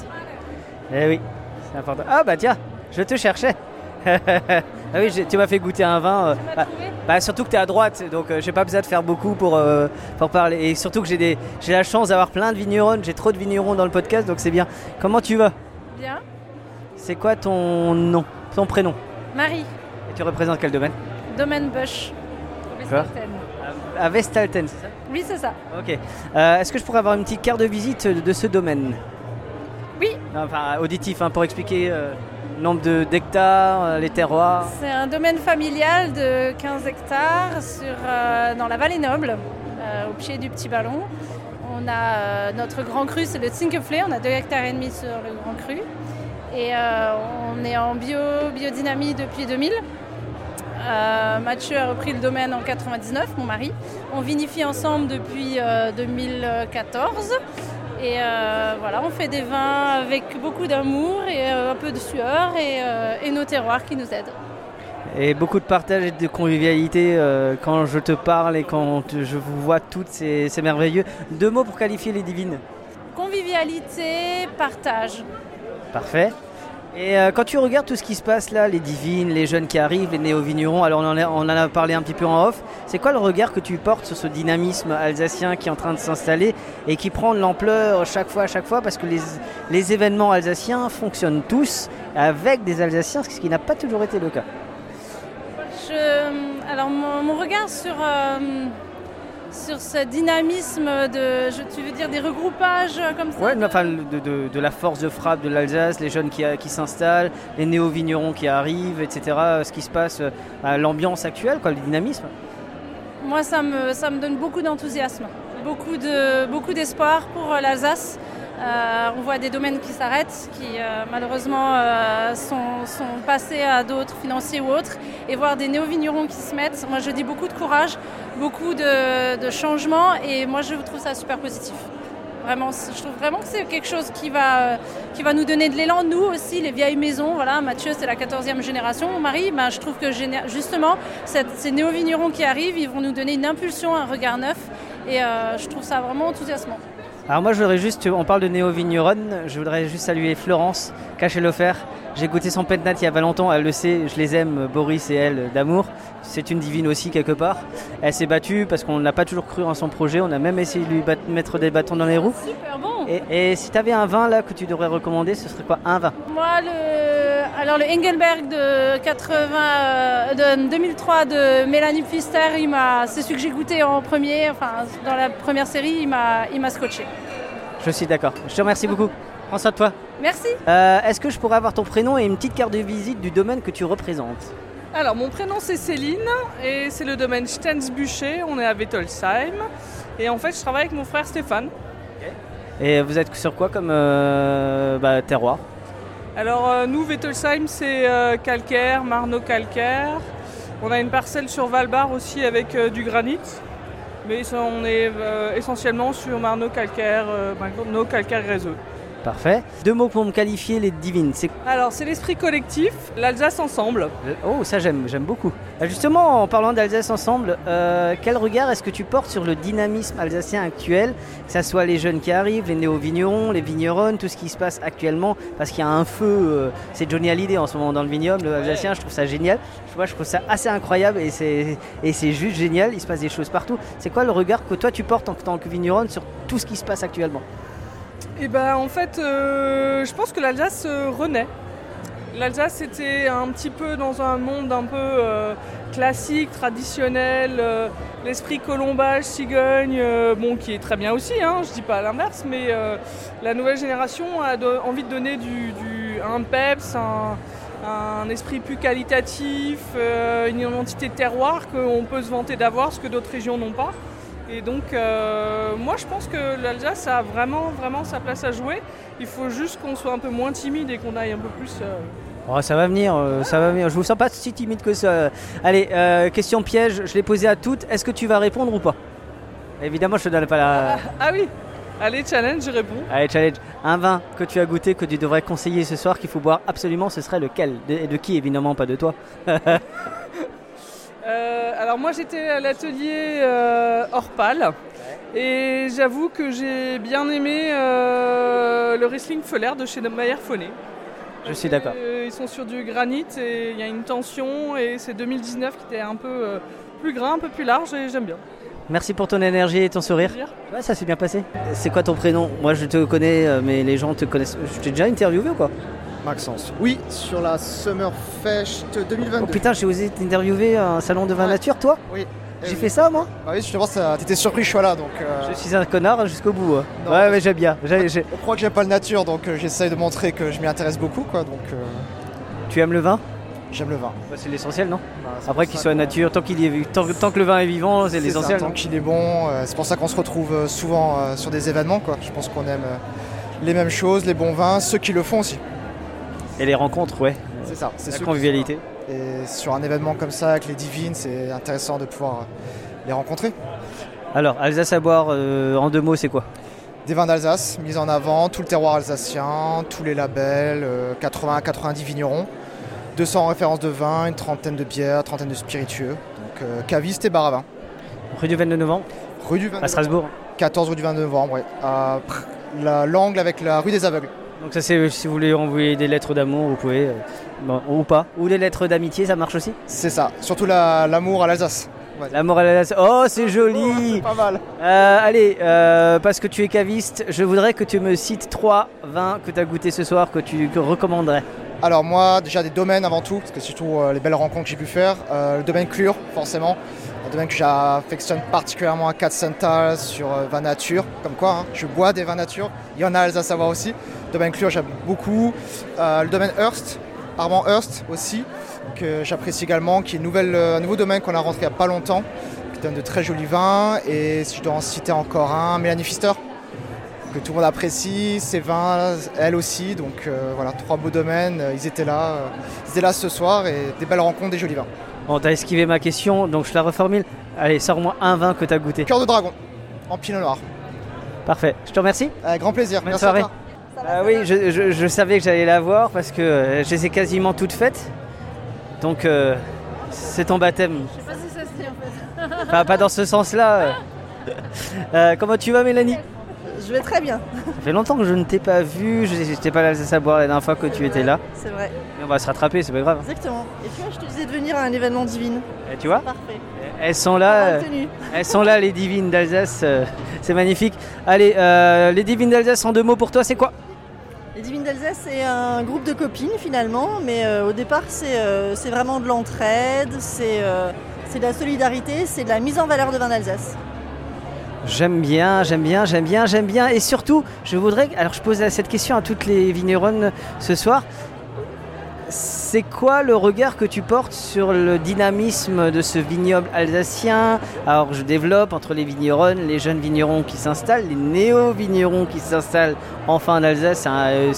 Eh oui, c'est important. Ah bah tiens, je te cherchais. *laughs* ah oui, j'ai- tu m'as fait goûter un vin. euh, bah, bah, surtout que tu es à droite, donc euh, j'ai pas besoin de faire beaucoup pour, euh, pour parler. Et surtout que j'ai des- j'ai la chance d'avoir plein de vignerons. J'ai trop de vignerons dans le podcast, donc c'est bien. Comment tu vas
Bien.
C'est quoi ton nom Ton prénom
Marie,
Et tu représentes quel domaine
domaine Bush.
D'accord. À Westalten, Ah, c'est ça
Oui, c'est ça.
Ok. Euh, Est-ce que je pourrais avoir une petite carte de visite de ce domaine
Oui.
Enfin, auditif, hein, pour expliquer euh, le nombre de- d'hectares, euh, les terroirs.
C'est un domaine familial de 15 hectares sur, euh, dans la vallée noble, euh, au pied du petit ballon. On a euh, notre grand cru, c'est le Zinkeflé, on a 2 hectares et demi sur le grand cru. Et euh, on est en bio, biodynamie depuis 2000. Euh, Mathieu a repris le domaine en 99, mon mari. On vinifie ensemble depuis euh, 2014. Et euh, voilà, on fait des vins avec beaucoup d'amour et euh, un peu de sueur et, euh, et nos terroirs qui nous aident.
Et beaucoup de partage et de convivialité euh, quand je te parle et quand te- je vous vois toutes, c'est c'est merveilleux. Deux mots pour qualifier les divines.
Convivialité, partage.
Parfait. Et euh, quand tu regardes tout ce qui se passe là, les divines, les jeunes qui arrivent, les néo-vignerons, alors on en, a, on en a parlé un petit peu en off, c'est quoi le regard que tu portes sur ce dynamisme alsacien qui est en train de s'installer et qui prend de l'ampleur chaque fois, à chaque fois, parce que les, les événements alsaciens fonctionnent tous avec des Alsaciens, ce qui n'a pas toujours été le cas.
Je- alors mon, mon regard sur, euh, sur ce dynamisme de, je- tu veux dire, des regroupages euh, comme ça
Ouais, mais enfin, le- de, de- de la force de frappe de l'Alsace, les jeunes qui, euh, qui s'installent, les néo-vignerons qui arrivent, etc. euh, Ce qui se passe, euh, à l'ambiance actuelle, quoi, le dynamisme.
Moi, ça me, ça me donne beaucoup d'enthousiasme, beaucoup, de, beaucoup d'espoir pour euh, l'Alsace. Euh, on voit des domaines qui s'arrêtent, qui euh, malheureusement euh, sont, sont passés à d'autres financiers ou autres, et voir des néo-vignerons qui se mettent. Moi, je dis beaucoup de courage, beaucoup de, de changements, et moi, je trouve ça super positif. Vraiment, c'est- je trouve vraiment que c'est quelque chose qui va, euh, qui va nous donner de l'élan. Nous aussi, les vieilles maisons, voilà, Mathieu, c'est la 14e génération, mon mari, ben, je trouve que géné- justement, cette- ces néo-vignerons qui arrivent, ils vont nous donner une impulsion, un regard neuf. Et euh, je trouve ça vraiment enthousiasmant.
Alors moi je voudrais juste, on parle de néo vigneronne, je voudrais juste saluer Florence, caché l'offert. J'ai goûté son pentnat il y a pas longtemps, elle le sait, je les aime, Boris et elle, d'amour. C'est une divine aussi quelque part. Elle s'est battue parce qu'on n'a pas toujours cru en son projet, on a même essayé de lui bat- mettre des bâtons dans les roues.
Super bon
Et, et si tu avais un vin là que tu devrais recommander, ce serait quoi Un vin
Moi, le, alors le Engelberg de, 80, euh, de 2003 de Mélanie Pfister, il m'a- c'est celui que j'ai goûté en premier, enfin dans la première série, il m'a il m'a scotché.
Je suis d'accord. Je te remercie beaucoup. Prends soin de toi.
Merci.
Euh, Est-ce que je pourrais avoir ton prénom et une petite carte de visite du domaine que tu représentes
Alors, mon prénom c'est Céline et c'est le domaine Stensbücher. On est à Wettolsheim. Et en fait, je travaille avec mon frère Stéphane.
Et vous êtes sur quoi comme euh, bah, terroir
Alors, euh, nous, Wettolsheim, c'est euh, calcaire, marno calcaire. On a une parcelle sur Valbar aussi avec euh, du granit. Mais ça, on est euh, essentiellement sur marneau calcaire, euh, marneau calcaire gréseux.
Parfait. Deux mots pour me qualifier les divines. C'est
Alors, c'est l'esprit collectif, l'Alsace ensemble.
Oh, ça j'aime, j'aime beaucoup. Ah, Justement, en parlant d'Alsace ensemble, euh, quel regard est-ce que tu portes sur le dynamisme alsacien actuel, que ce soit les jeunes qui arrivent, les néo-vignerons, les vigneronnes, tout ce qui se passe actuellement, parce qu'il y a un feu, euh, c'est Johnny Hallyday en ce moment dans le vignoble le alsacien, je trouve ça génial. Je, vois, je trouve ça assez incroyable et c'est, et c'est juste génial, il se passe des choses partout. C'est quoi le regard que toi tu portes en tant que vigneronne sur tout ce qui se passe actuellement
Et ben en fait, euh, je pense que l'Alsace euh, renaît. L'Alsace était un petit peu dans un monde un peu euh, classique, traditionnel, euh, l'esprit colombage, cigogne, euh, bon qui est très bien aussi, hein, je dis pas l'inverse, mais euh, la nouvelle génération a de- envie de donner du, du- un peps, un, un esprit plus qualitatif, euh, une identité de terroir qu'on peut se vanter d'avoir, ce que d'autres régions n'ont pas. Et donc, euh, moi, je pense que l'Alsace a vraiment, vraiment sa place à jouer. Il faut juste qu'on soit un peu moins timide et qu'on aille un peu plus. euh,
Oh, ça va venir, euh, ça va venir. Je vous sens pas si timide que ça. Allez, euh, question piège, je l'ai posée à toutes. Est-ce que tu vas répondre ou pas Évidemment, je te donne pas
*laughs*
la.
Ah oui Allez, challenge, je réponds.
Allez, challenge. Un vin que tu as goûté, que tu devrais conseiller ce soir, qu'il faut boire absolument, ce serait lequel de, de qui, évidemment, pas de toi. *laughs*
Euh, alors moi j'étais à l'atelier euh, Orpal et j'avoue que j'ai bien aimé euh, le Riesling Feller de chez Meyer Foné.
je suis d'accord.
Euh, ils sont sur du granit et il y a une tension et c'est 2019 qui était un peu euh, plus grand, un peu plus large et j'aime bien.
Merci pour ton énergie et ton sourire.
Plaisir.
Ouais, ça s'est bien passé. C'est quoi ton prénom Moi, je te connais, euh, mais les gens te connaissent. Je t'ai déjà interviewé ou quoi
Maxence. Oui, sur la Summer Fest 2022.
Oh putain, j'ai osé t'interviewer à un salon de vin nature, toi
Oui.
J'ai fait ça, moi
Ah oui, justement, ça... t'étais surpris, je suis là, donc... euh,
Je suis un connard jusqu'au bout. hein. ouais, mais j'aime bien. J'ai- j'ai-
On croit que j'aime pas le nature, donc euh, j'essaye de montrer que je m'y intéresse beaucoup, quoi, donc... euh,
Tu aimes le vin
J'aime le vin.
Bah, c'est l'essentiel, non
Bah, c'est
Après
pour
qu'il
ça
soit
qu'on-
nature, tant qu'il y est- tant, tant que le vin est vivant, c'est
ça,
l'essentiel.
Tant
non
qu'il est bon, euh, c'est pour ça qu'on se retrouve euh, souvent euh, sur des événements, quoi. Je pense qu'on aime euh, les mêmes choses, les bons vins, ceux qui le font aussi.
Et les rencontres, ouais.
C'est ça, c'est
la
ceux qui
convivialité.
sont là. Et sur un événement comme ça, avec les divines, c'est intéressant de pouvoir euh, les rencontrer.
Alors, Alsace à boire, euh, en deux mots, c'est quoi
Des vins d'Alsace, mise en avant, tout le terroir alsacien, tous les labels, 80 à 90 vignerons, 200 références de vin, une trentaine de bières, trentaine de spiritueux. Donc euh, caviste et bar à vin.
Rue du 22 novembre
Rue du 22
À Strasbourg
14 rue du 22 novembre, ouais. À pr- la- L'angle avec la rue des aveugles.
Donc ça c'est si vous voulez envoyer des lettres d'amour, vous pouvez, euh, bon, ou pas. Ou des lettres d'amitié, ça marche aussi
C'est ça, surtout l'amour à l'Alsace.
L'amour à l'Alsace, oh c'est joli Pas
mal
Allez, euh, parce que tu es caviste, je voudrais que tu me cites trois vins que tu as goûté ce soir, que tu que recommanderais.
Alors moi, déjà des domaines avant tout, parce que c'est surtout euh, les belles rencontres que j'ai pu faire. Euh, le domaine Clure, forcément. Un domaine que j'affectionne particulièrement à Katzenthal sur euh, vin nature, comme quoi hein, je bois des vins nature. Il y en a à Alsace à voir aussi. Le domaine Clure, j'aime beaucoup. Euh, le domaine Hearst, Armand Hearst aussi, que j'apprécie également, qui est une nouvelle, euh, un nouveau domaine qu'on a rentré il n'y a pas longtemps, qui donne de très jolis vins. Et si je dois en citer encore un, Mélanie Pfister, que tout le monde apprécie, ses vins, elle aussi. Donc euh, voilà, trois beaux domaines, euh, ils étaient là, euh, ils étaient là ce soir et des belles rencontres, des jolis vins.
Bon, t'as esquivé ma question, donc je la reformule. Allez, sors-moi un vin que tu as goûté.
Cœur de dragon, en pinot noir.
Parfait, je te remercie.
Avec grand plaisir,
Bonne
merci
soirée.
à toi.
Bah oui, je, je- je savais que j'allais la voir parce que euh, je les ai quasiment toutes faites. Donc euh, c'est ton baptême.
Je sais pas si ça se dit en fait.
Enfin, pas dans ce sens-là. Euh, comment tu vas, Mélanie
Je vais très bien,
Ça fait longtemps que je ne t'ai pas vu. Je n'étais pas là à boire la dernière fois que tu étais là.
c'est vrai.
Mais on va se rattraper, c'est pas grave.
Exactement. Et tu vois, je te disais de venir à un événement divine.
Et tu vois
Parfait.
Elles sont là. euh,
Pas mal tenu.
*laughs* elles sont là, les divines d'Alsace. euh, c'est magnifique. Allez, euh, les divines d'Alsace en deux mots pour toi, c'est quoi
Les Divines d'Alsace, c'est un groupe de copines finalement, mais euh, au départ, c'est euh, c'est vraiment de l'entraide, c'est euh, c'est de la solidarité, c'est de la mise en valeur de vin d'Alsace.
J'aime bien, j'aime bien, j'aime bien, j'aime bien. Et surtout, je voudrais. Alors, je pose cette question à toutes les vigneronnes ce soir. C'est quoi le regard que tu portes sur le dynamisme de ce vignoble alsacien Alors, je développe entre les vigneronnes, les jeunes vignerons qui s'installent, les néo-vignerons qui s'installent enfin en Alsace. Ça, euh,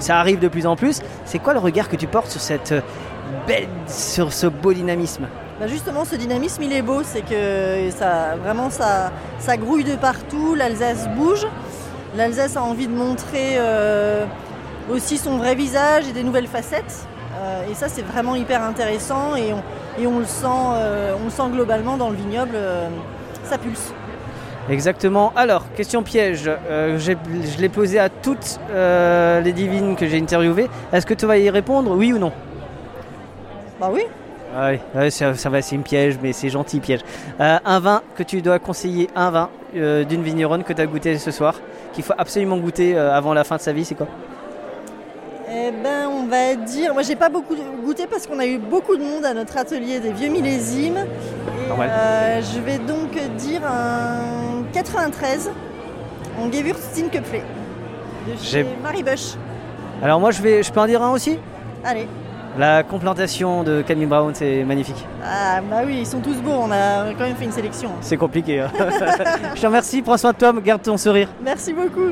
ça arrive de plus en plus. C'est quoi le regard que tu portes sur cette euh, belle, sur ce beau dynamisme
Bah, justement, ce dynamisme, il est beau. C'est que ça, vraiment, ça, ça grouille de partout. L'Alsace bouge. L'Alsace a envie de montrer euh, aussi son vrai visage et des nouvelles facettes. Euh, et ça, c'est vraiment hyper intéressant. Et on, et on le, sent, euh, on le sent globalement dans le vignoble. euh, ça pulse.
Exactement. Alors, question piège. Euh, j'ai- je l'ai posée à toutes euh, les divines que j'ai interviewées. Est-ce que tu vas y répondre, oui ou non
Bah oui.
Allez, allez, ça, ça va, c'est une piège, mais c'est gentil piège. Euh, un vin que tu dois conseiller, un vin euh, d'une vigneronne que tu as goûté ce soir, qu'il faut absolument goûter euh, avant la fin de sa vie, c'est quoi
Eh ben, on va dire. Moi, j'ai pas beaucoup goûté parce qu'on a eu beaucoup de monde à notre atelier des vieux millésimes. Et,
Normal.
euh, je vais donc dire un 93 en Gewürztzinköpfle de chez
J'ai-
Marie Bush.
Alors moi, je, vais, je peux en dire un aussi
Allez.
La complantation de Camille Brown, c'est magnifique.
Ah, bah oui, ils sont tous beaux. On a quand même fait une sélection.
C'est compliqué. hein. *laughs* je te remercie, prends soin de toi, garde ton sourire.
Merci beaucoup.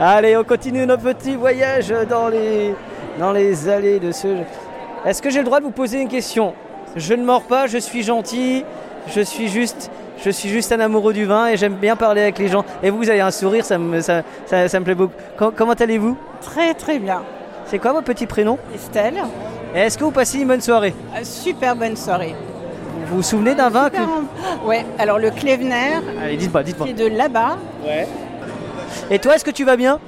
Allez, on continue nos petits voyages dans les, dans les allées de ce... Est-ce que j'ai le droit de vous poser une question Je ne mords pas, je suis gentil, je suis juste... Je suis juste un amoureux du vin et j'aime bien parler avec les gens. Et vous, vous avez un sourire, ça me, ça, ça- ça me plaît beaucoup. Com- comment allez-vous
Très très bien.
C'est quoi votre petit prénom
Estelle.
Et Est-ce que vous passez une bonne soirée
Euh, Super bonne soirée.
Vous vous souvenez d'un vin que...
Super- Ouais, alors le Klevener,
Allez, dites-moi, dites-moi.
qui est de là-bas.
Ouais. Et toi, est-ce que tu vas bien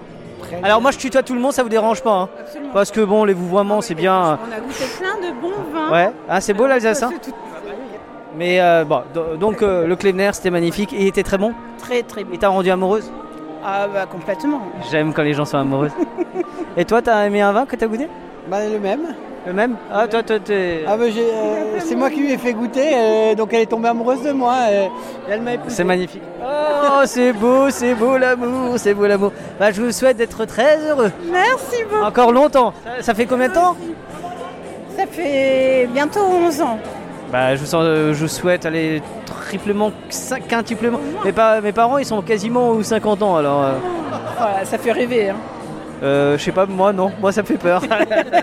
Alors moi, je tutoie tout le monde, ça vous dérange pas hein
Absolument.
Parce que bon, les
Ah,
vouvoiements, c'est bien. euh,
On a goûté plein de bons vins.
Ouais, ah, c'est beau l'Alsace. hein
C'est tout-
Mais euh, bon, do- donc euh, le Klevener, c'était magnifique et il était très bon.
Très très bon.
Et t'as rendu amoureuse
Ah bah complètement.
J'aime quand les gens sont amoureux. et toi, t'as aimé un vin que t'as goûté
Bah, le même.
Le même Ah, toi, toi, t'es.
Ah, bah, j'ai, euh, c'est moi qui lui ai fait goûter, euh, donc elle est tombée amoureuse de moi. euh, et elle m'a épousé.
C'est magnifique. Oh, c'est beau, c'est beau l'amour, c'est beau l'amour. Bah, je vous souhaite d'être très heureux.
Merci beaucoup.
Encore longtemps. Ça, ça fait combien de temps
Ça fait bientôt 11 ans.
Bah, je vous, sens- euh, je vous souhaite aller triplement, cin- quintuplement. Mes, pa- mes parents, ils sont quasiment aux 50 ans, alors. euh,
Voilà, ça fait rêver. hein.
euh, je sais pas, moi, non. Moi, ça me fait peur.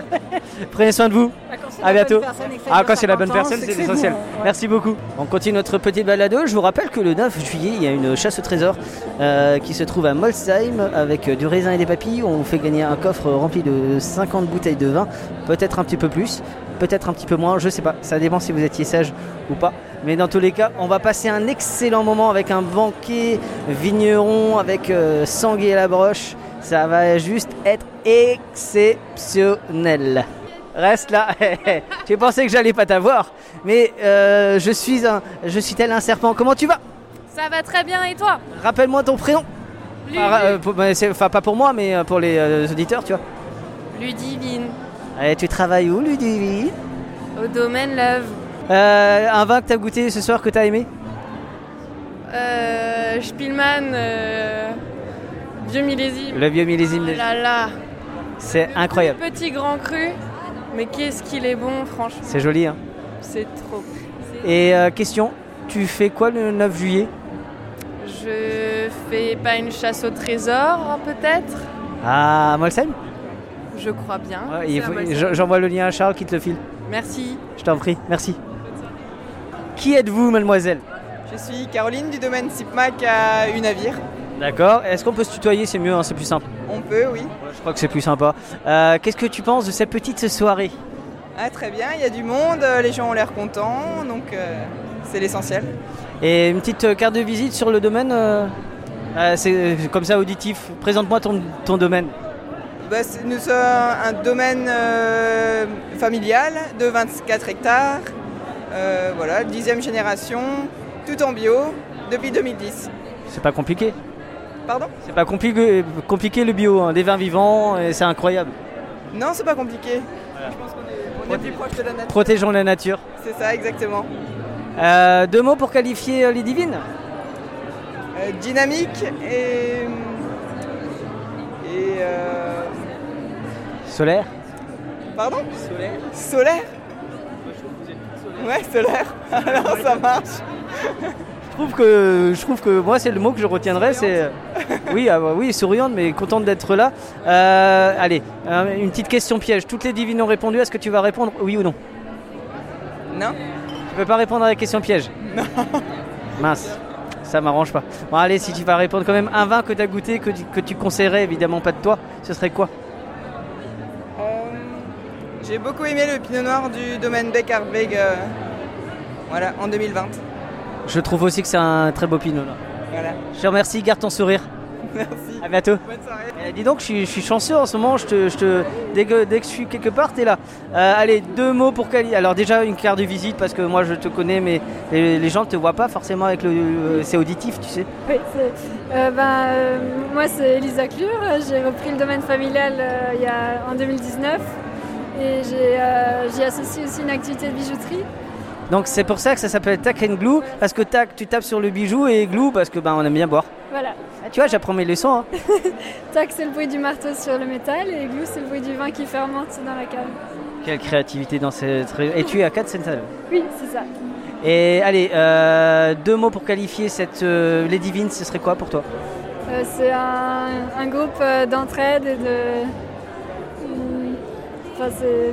*laughs*
Prenez soin de vous.
Bah, c'est
À
la bonne
bientôt.
personne et que ça
Ah,
dure
quand c'est la bonne
50 ans,
personne, c'est
c'est que c'est
l'essentiel.
bon, ouais.
Merci beaucoup. On continue notre petite balado. Je vous rappelle que le 9 juillet, il y a une chasse au trésor euh, qui se trouve à Molsheim avec euh, du raisin et des papilles. On vous fait gagner un coffre rempli de 50 bouteilles de vin, peut-être un petit peu plus, peut-être un petit peu moins, je sais pas. Ça dépend si vous étiez sage ou pas. Mais dans tous les cas, on va passer un excellent moment avec un banquet vigneron, avec euh, sanglier à la broche. Ça va juste être exceptionnel. Reste là. *laughs* tu pensais que j'allais pas t'avoir, mais euh, je suis un, je suis tel un serpent. Comment tu vas
Ça va très bien et toi
Rappelle-moi ton prénom. Par- euh, pour- bah, c'est- Enfin, pas pour moi, mais euh, pour les euh, auditeurs, tu vois.
Ludivine,
Allez, tu travailles où, Ludivine
au domaine Love.
Euh, Un vin que t'as goûté ce soir que t'as aimé
Euh, Spielmann, euh, vieux millésime.
Le vieux millésime.
Oh là là,
C'est incroyable.
petit grand cru, mais qu'est-ce qu'il est bon, franchement.
C'est joli, hein.
C'est trop.
Et euh, question, tu fais quoi le 9 juillet
Je fais pas une chasse au trésor, peut-être
À Molsheim
Je crois bien.
Ouais,
C'est
il
à
faut-
Molsheim.
je- J'envoie le lien à Charles qui te le file.
Merci.
Je t'en prie, merci. Qui êtes-vous, mademoiselle
Je suis Caroline du domaine SIPMAC à Unavir.
D'accord. Est-ce qu'on peut se tutoyer C'est mieux, hein, c'est plus simple.
On peut, oui.
Je crois que c'est plus sympa. Euh, Qu'est-ce que tu penses de cette petite soirée
Ah, très bien, il y a du monde, euh, les gens ont l'air contents, donc euh, c'est l'essentiel.
Et une petite euh, carte de visite sur le domaine euh, euh, C'est euh, comme ça auditif. Présente-moi ton, ton domaine.
Bah, c'est- nous sommes un domaine euh, familial de 24 hectares, euh, voilà, 10e génération, tout en bio, depuis 2010.
C'est pas compliqué.
Pardon
C'est pas compliqué, compliqué le bio. hein. Des vins vivants, et c'est incroyable.
Non, c'est pas compliqué. Je pense qu'on est, on est plus proche de la nature.
Protégeons la nature.
C'est ça, exactement.
Euh, deux mots pour qualifier euh, les divines
Euh, dynamique et. et euh,
Solaire
Pardon Solaire. Solaire Ouais, solaire. *laughs* Alors ça marche.
Je trouve que, je trouve que moi, c'est le mot que je retiendrai. C'est oui, ah bah oui, souriante, mais contente d'être là. Euh, allez, euh, une petite question piège. Toutes les divines ont répondu. Est-ce que tu vas répondre oui ou non
Non
Tu peux pas répondre à la question piège Non. Mince, ça m'arrange pas. Bon, allez, si tu vas répondre quand même un vin que tu as goûté, que tu, que tu conseillerais évidemment pas de toi, ce serait quoi
J'ai beaucoup aimé le pinot noir du domaine Beckerweg voilà, en 2020.
Je trouve aussi que c'est un très beau pinot. là.
Voilà.
Je te remercie, garde ton sourire.
*laughs* Merci.
À bientôt.
Bonne soirée.
Eh, dis donc, je suis, je suis chanceux en ce moment. Je te, je te- dès, que, dès que je suis quelque part, t'es là. Euh, allez, deux mots pour Cali. Alors déjà une carte de visite parce que moi je te connais, mais les, les gens ne te voient pas forcément avec le, euh, c'est auditif, tu sais.
Oui, c'est- euh, ben, euh, moi c'est Elisa Clure, j'ai repris le domaine familial euh, il y a- en 2019 et j'ai, euh, j'y associe aussi une activité de bijouterie.
Donc c'est pour ça que ça s'appelle Tac and Glue parce que tac, tu tapes sur le bijou et glue parce que ben on aime bien boire.
Voilà.
Ah, tu vois, j'apprends mes leçons. hein.
Tac c'est le bruit du marteau sur le métal et glue c'est le bruit du vin qui fermente dans la cave.
*laughs* Quelle créativité dans cette. ré- Et tu es à 4 centales.
Oui, c'est ça.
Et allez, euh, deux mots pour qualifier cette euh, les divines, ce serait quoi pour toi
Euh, c'est un, un groupe euh, d'entraide et de. Hum, Enfin, c'est.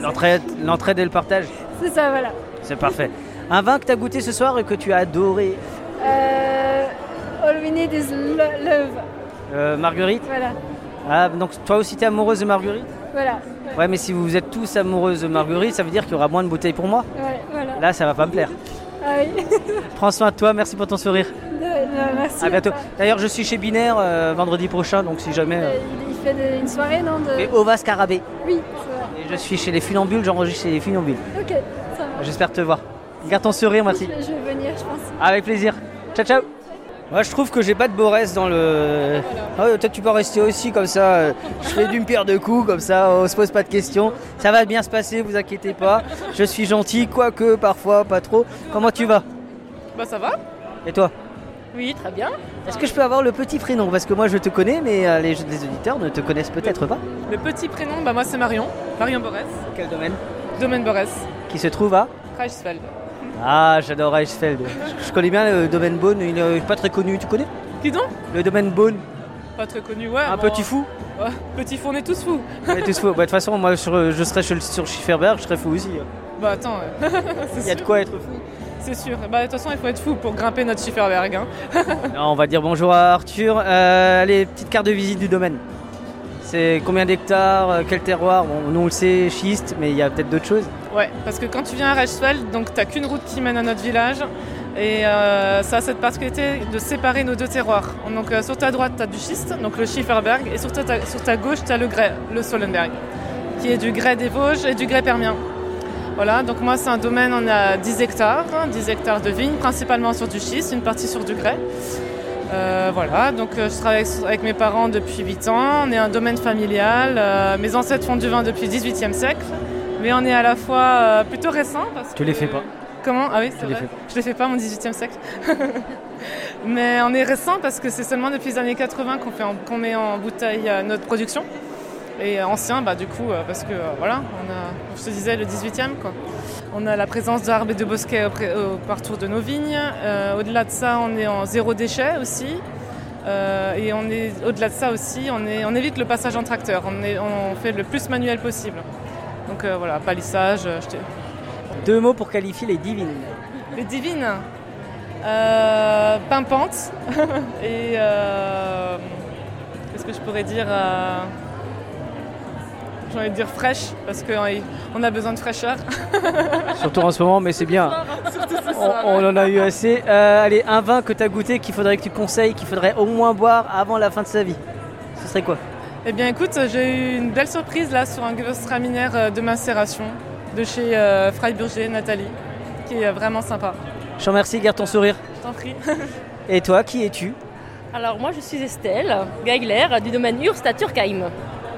L'entraide, l'entraide et le partage.
C'est ça, voilà.
C'est parfait. Un vin que tu as goûté ce soir et que tu as adoré.
Euh, all we need is lo- love.
Euh, Marguerite
Voilà.
Ah, donc toi aussi t'es amoureuse de Marguerite
Voilà.
Ouais, mais si vous êtes tous amoureuses de Marguerite, ça veut dire qu'il y aura moins de bouteilles pour moi
Ouais, voilà.
Là, ça va pas me plaire.
Ah oui. *laughs*
Prends soin de toi, merci pour ton sourire.
De- de- merci.
à bientôt.
toi.
D'ailleurs, je suis chez Binaire euh, vendredi prochain, donc si jamais. euh,
Il, il fait des- une soirée, non de...
Et Ova Scarabée.
Oui, c'est
Et je suis chez les Funambules, j'enregistre chez les Funambules.
vrai. Ok, ça va.
J'espère te voir. Garde ton sourire, merci.
Je, je vais venir, je pense.
Avec plaisir. Ciao, ciao. Moi, je trouve que j'ai pas de Borès dans le. Ah ouais, toi, tu peux rester aussi comme ça. euh, Je fais d'une pierre deux coups, comme ça, on se pose pas de questions. Ça va bien se passer, vous inquiétez pas. Je suis gentil, quoique parfois pas trop. Comment tu vas
Bah ça va
Et toi
Oui, très bien.
Est-ce que je peux avoir le petit prénom Parce que moi, je te connais, mais euh, les, les auditeurs ne te connaissent peut-être pas.
Le petit prénom, bah moi c'est Marion, Marion Borès.
Quel domaine
Domaine Borès,
Qui se trouve à.
Reichsfeld.
Ah, j'adore Reichsfeld. Je- Je connais bien le domaine Beaune, il est pas très connu, tu connais
Dis donc
Le domaine Beaune.
Pas très connu, ouais.
Un
bon,
petit fou
ouais, Petit fou, on est tous fous.
On est tous fous. Bah, De toute façon, moi, sur- je serais sur, sur Schifferberg, je serais fou aussi.
*laughs*
hein.
Bah attends, ouais.
Il y a de quoi être
fou. C'est sûr. Bah de toute façon, il faut être fou pour grimper notre Schifferberg. Hein.
Non, on va dire bonjour à Arthur. Euh, allez, petite carte de visite du domaine. C'est combien d'hectares euh, Quel terroir bon, Nous, on le sait, schiste, mais il y a peut-être d'autres choses.
Ouais, parce que quand tu viens à Reichsfeld, donc t'as qu'une route qui mène à notre village. Et euh, ça a cette particularité de séparer nos deux terroirs. Donc euh, sur ta droite, t'as du schiste, donc le Schieferberg, et sur ta, ta- sur ta gauche, t'as le grès, le Solenberg, qui est du grès des Vosges et du grès permien. Voilà, donc moi c'est un domaine, on a 10 hectares, hein, 10 hectares de vignes, principalement sur du schiste, une partie sur du grès. Euh, voilà, donc euh, je travaille avec- avec mes parents depuis 8 ans, on est un domaine familial, euh, mes ancêtres font du vin depuis le 18e siècle, mais on est à la fois euh, plutôt récent parce
Tu les fais pas.
Comment Ah oui, c'est
Je les
vrai.
fais pas.
Je les fais pas, mon 18e siècle. *laughs* Mais on est récent parce que c'est seulement depuis les années 80 qu'on fait en- qu'on met en bouteille euh, notre production. Et euh, ancien, bah, du coup, euh, parce que euh, voilà, on a, comme je te disais, le 18e. Quoi. On a la présence d'arbres et de bosquets au pré- au partour de nos vignes. Euh, au-delà de ça, on est en zéro déchet aussi. Euh, et on est au-delà de ça aussi, on, est- on évite le passage en tracteur. On, est- on fait le plus manuel possible. Donc euh, voilà, palissage, euh, jeter-
Deux mots pour qualifier les divines.
les divines, euh, pimpantes *laughs* et euh, qu'est-ce que je pourrais dire euh, J'ai envie de dire fraîches parce qu'on a besoin de fraîcheur.
Surtout en ce moment, mais c'est *laughs* bien.
Surtout ce
On,
soir.
on en a eu assez. Euh, allez, un vin que tu as goûté, qu'il faudrait que tu conseilles, qu'il faudrait au moins boire avant la fin de sa vie. Ce serait quoi
Eh bien écoute, j'ai eu une belle surprise là sur un Gewürztraminer euh, de macération de chez euh, Freiburger Nathalie, qui est euh, vraiment sympa.
Je te remercie, garde ton sourire.
Je t'en prie. *laughs*
Et toi, qui es-tu
Alors moi je suis Estelle Geigler du domaine Urst à Turkheim. Euh,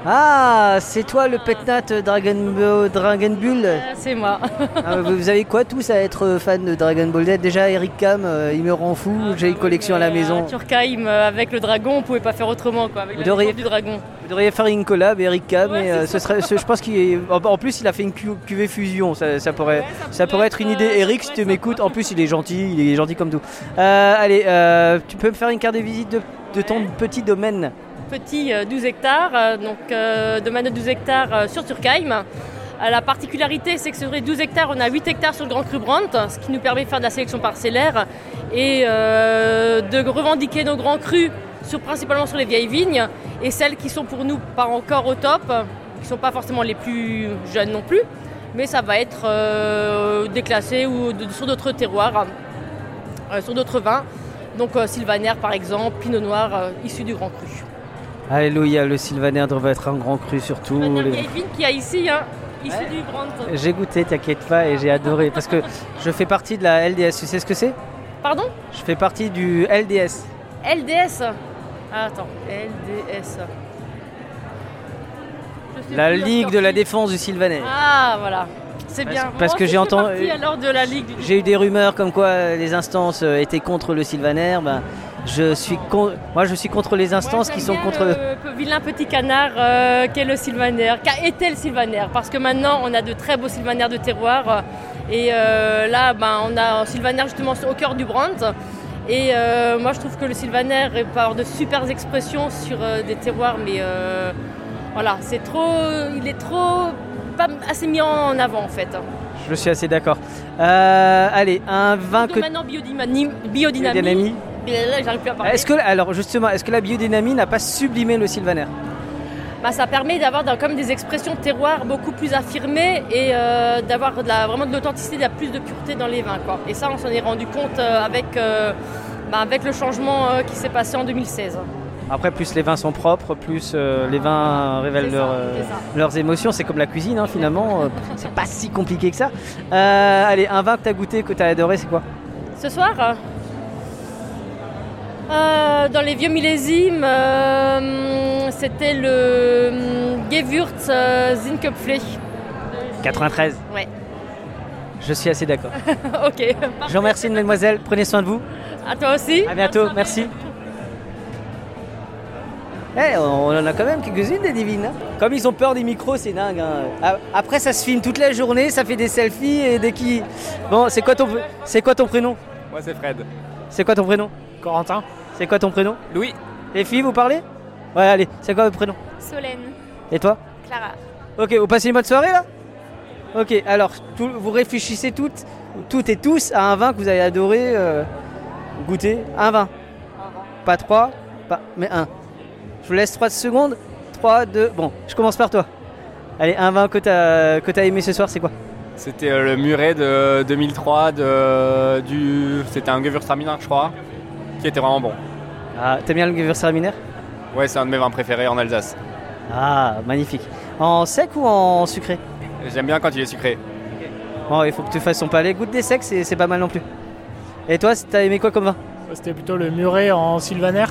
Ah, c'est toi le petnat Dragon, Bu- Dragon Bull
Euh, C'est moi.
Ah, vous vous avez quoi tous à être fan de Dragon Ball Z Déjà, Eric Cam, euh, il me rend fou. J'ai une collection
*laughs*
à la
À
maison.
Turkheim euh, avec le dragon, on pouvait pas faire autrement quoi, avec
Vous
la
devriez-
défense du dragon.
Vous devriez faire une collab, Eric Cam. et, euh, ce serait, ce- je pense qu'il est- en- En plus, il a fait une cu- cuvée fusion. Ça, ça pourrait, ça, pourrait être une idée. Eric, si tu m'écoutes, en plus, il est gentil. Il est gentil comme tout. Euh, allez, euh, tu peux me faire une carte de visite de, de ton petit domaine
Petit euh, 12 hectares, euh, donc euh, domaine de 12 hectares euh, sur Turkheim. Euh, La particularité, c'est que sur les 12 hectares, on a 8 hectares sur le Grand Cru Brandt, ce qui nous permet de faire de la sélection parcellaire et euh, de revendiquer nos grands crus sur, principalement sur les vieilles vignes et celles qui sont pour nous pas encore au top, qui ne sont pas forcément les plus jeunes non plus, mais ça va être euh, déclassé ou de- sur d'autres terroirs, euh, sur d'autres vins. Donc euh, Sylvaner par exemple, Pinot Noir euh, issu du Grand Cru.
Alléluia, le Sylvaner devrait être un grand cru surtout.
Il y a une vigne qui a ici, hein, issue du Brandt.
J'ai goûté, t'inquiète pas, et j'ai adoré parce que je fais partie de la LDS. Tu sais ce que c'est
Pardon
Je fais partie du LDS.
LDS Ah, Attends, LDS. Je sais
La
plus
Ligue
encore
de la
qui-
Défense du Sylvaner.
Ah voilà, c'est bien.
parce
Moi,
que j'ai
si je fais
entendu-
partie, alors de la Ligue.
J'ai eu des rumeurs comme quoi euh, les instances euh, étaient contre le Sylvaner. Ben, je suis con- Moi, je suis contre les instances qui sont
Bien,
contre.
le pe- Euh, vilain petit canard euh, qu'est le sylvaner, qu'a été le sylvaner. Parce que maintenant, on a de très beaux sylvaners de terroir. euh, Et euh, là, ben, on a un sylvaner justement au cœur du Brandt. Et euh, moi, je trouve que le sylvaner est par de super expressions sur euh, des terroirs, mais euh, voilà, c'est trop, il est trop pas assez mis en avant en fait.
Je suis assez d'accord. Euh, allez, un vin
Donc
que.
maintenant, biodynamie. biodynamie.
Biodynamie.
Là, j'arrive plus à parler.
Est-ce que alors justement, est-ce que la biodynamie n'a pas sublimé le Sylvaner
Bah, ça permet d'avoir dans- comme des expressions terroir beaucoup plus affirmées et euh, d'avoir de la- vraiment de l'authenticité, de la plus de pureté dans les vins. Quoi. Et ça, on s'en est rendu compte euh, avec, euh, bah, avec le changement euh, qui s'est passé en 2016.
Après, plus les vins sont propres, plus euh, les vins révèlent leur, euh, leurs émotions. C'est comme la cuisine, hein, finalement. Euh, c'est pas si compliqué que ça. Euh, allez, un vin que t'as goûté, que t'as adoré, c'est quoi
Ce soir, euh, euh, dans les vieux millésimes, euh, c'était le hum, Gewürz euh, Zinköpfle.
93.
Ouais,
Je suis assez d'accord.
*laughs*
*laughs*
ok.
Je vous remercie, mademoiselle. Prenez soin de vous.
À toi aussi.
À bientôt. Merci. Eh, on en a quand même quelques-unes des divines. hein. Comme ils ont peur des micros, c'est dingue. hein. A- Après, ça se filme toute la journée, ça fait des selfies et dès qui. Bon, c'est quoi ton, c'est quoi ton prénom
Moi, c'est Fred.
C'est quoi ton prénom Corentin. C'est quoi ton prénom Louis. Les filles, vous parlez Ouais, allez, c'est quoi votre prénom
Solène,
Et toi
Clara.
Ok, vous passez une bonne soirée là Ok, alors tout- vous réfléchissez toutes, toutes et tous à un vin que vous avez adoré euh, goûter. Un vin. Pas trois, pas, mais un. Je vous laisse 3 secondes. 3, 2, bon, je commence par toi. Allez, un vin que t'as que t'as aimé ce soir, c'est quoi
C'était euh, le muret de 2003 de, du. C'était un Gewürztraminer, je crois, qui était vraiment bon.
ah, T'aimes bien le Gewürztraminer
Ouais, c'est un de mes vins préférés en Alsace.
Ah, magnifique. En sec ou en sucré
J'aime bien quand il est sucré.
Bon, il faut que tu fasses son palais. Goûte des secs, c'est c'est pas mal non plus. Et toi, t'as aimé quoi comme vin
C'était plutôt le muret en Sylvaner.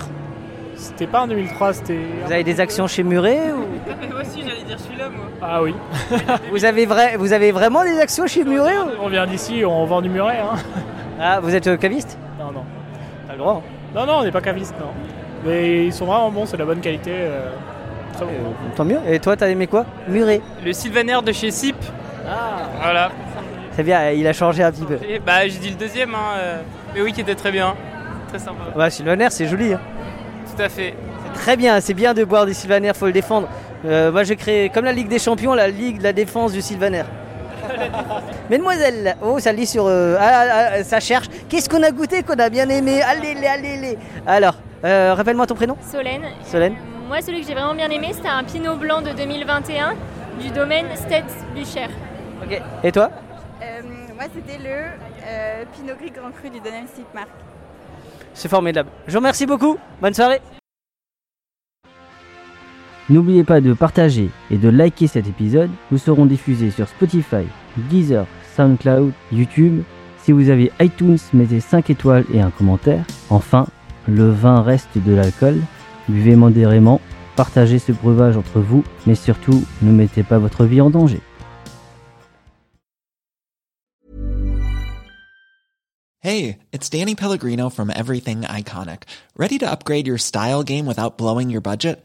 C'était pas en 2003, c'était.
Vous avez des actions chez Muret ou-
*laughs* Moi aussi, j'allais dire celui-là, moi. Ah oui.
*laughs* vous, avez vrai, vous avez vraiment des actions chez Muret ou-
On vient d'ici, on vend du muret. Hein.
Ah, vous êtes euh, caviste
Non, non.
T'as le droit.
hein. Non, non, on n'est pas caviste, non. Mais ils sont vraiment bons, c'est de la bonne qualité. euh, très bon.
Tant mieux. Et toi, t'as aimé quoi Muret.
Le Sylvaner de chez SIP.
Ah.
Voilà.
C'est bien, il a changé un petit peu.
Et bah, j'ai dit le deuxième, hein, euh, mais oui, qui était très bien. Très sympa.
Ouais, Sylvaner, c'est joli. hein.
Tout à fait.
Très bien, c'est bien de boire du Sylvaner, faut le défendre. Euh, moi, j'ai créé, comme la Ligue des Champions, la Ligue de la défense du Sylvaner. Mesdemoiselles, oh, ça lit sur. euh, ah, ah, ah, ça cherche. Qu'est-ce qu'on a goûté qu'on a bien aimé Allez, les, allez, les. Alors, euh, rappelle-moi ton prénom
Solène.
Solène.
Moi, celui que j'ai vraiment bien aimé, c'était un Pinot Blanc de 2021 du domaine Stedt-Bucher.
Ok. Et toi
Euh, moi, c'était le euh, Pinot Gris Grand Cru du Donald Sigmar.
C'est formidable. Je vous remercie beaucoup. Bonne soirée. N'oubliez pas de partager et de liker cet épisode. Nous serons diffusés sur Spotify, Deezer, SoundCloud, YouTube. Si vous avez iTunes, mettez 5 étoiles et un commentaire. Enfin, le vin reste de l'alcool. Buvez modérément, partagez ce breuvage entre vous, mais surtout, ne mettez pas votre vie en danger.
Hey, it's Danny Pellegrino from Everything Iconic. Ready to upgrade your style game without blowing your budget?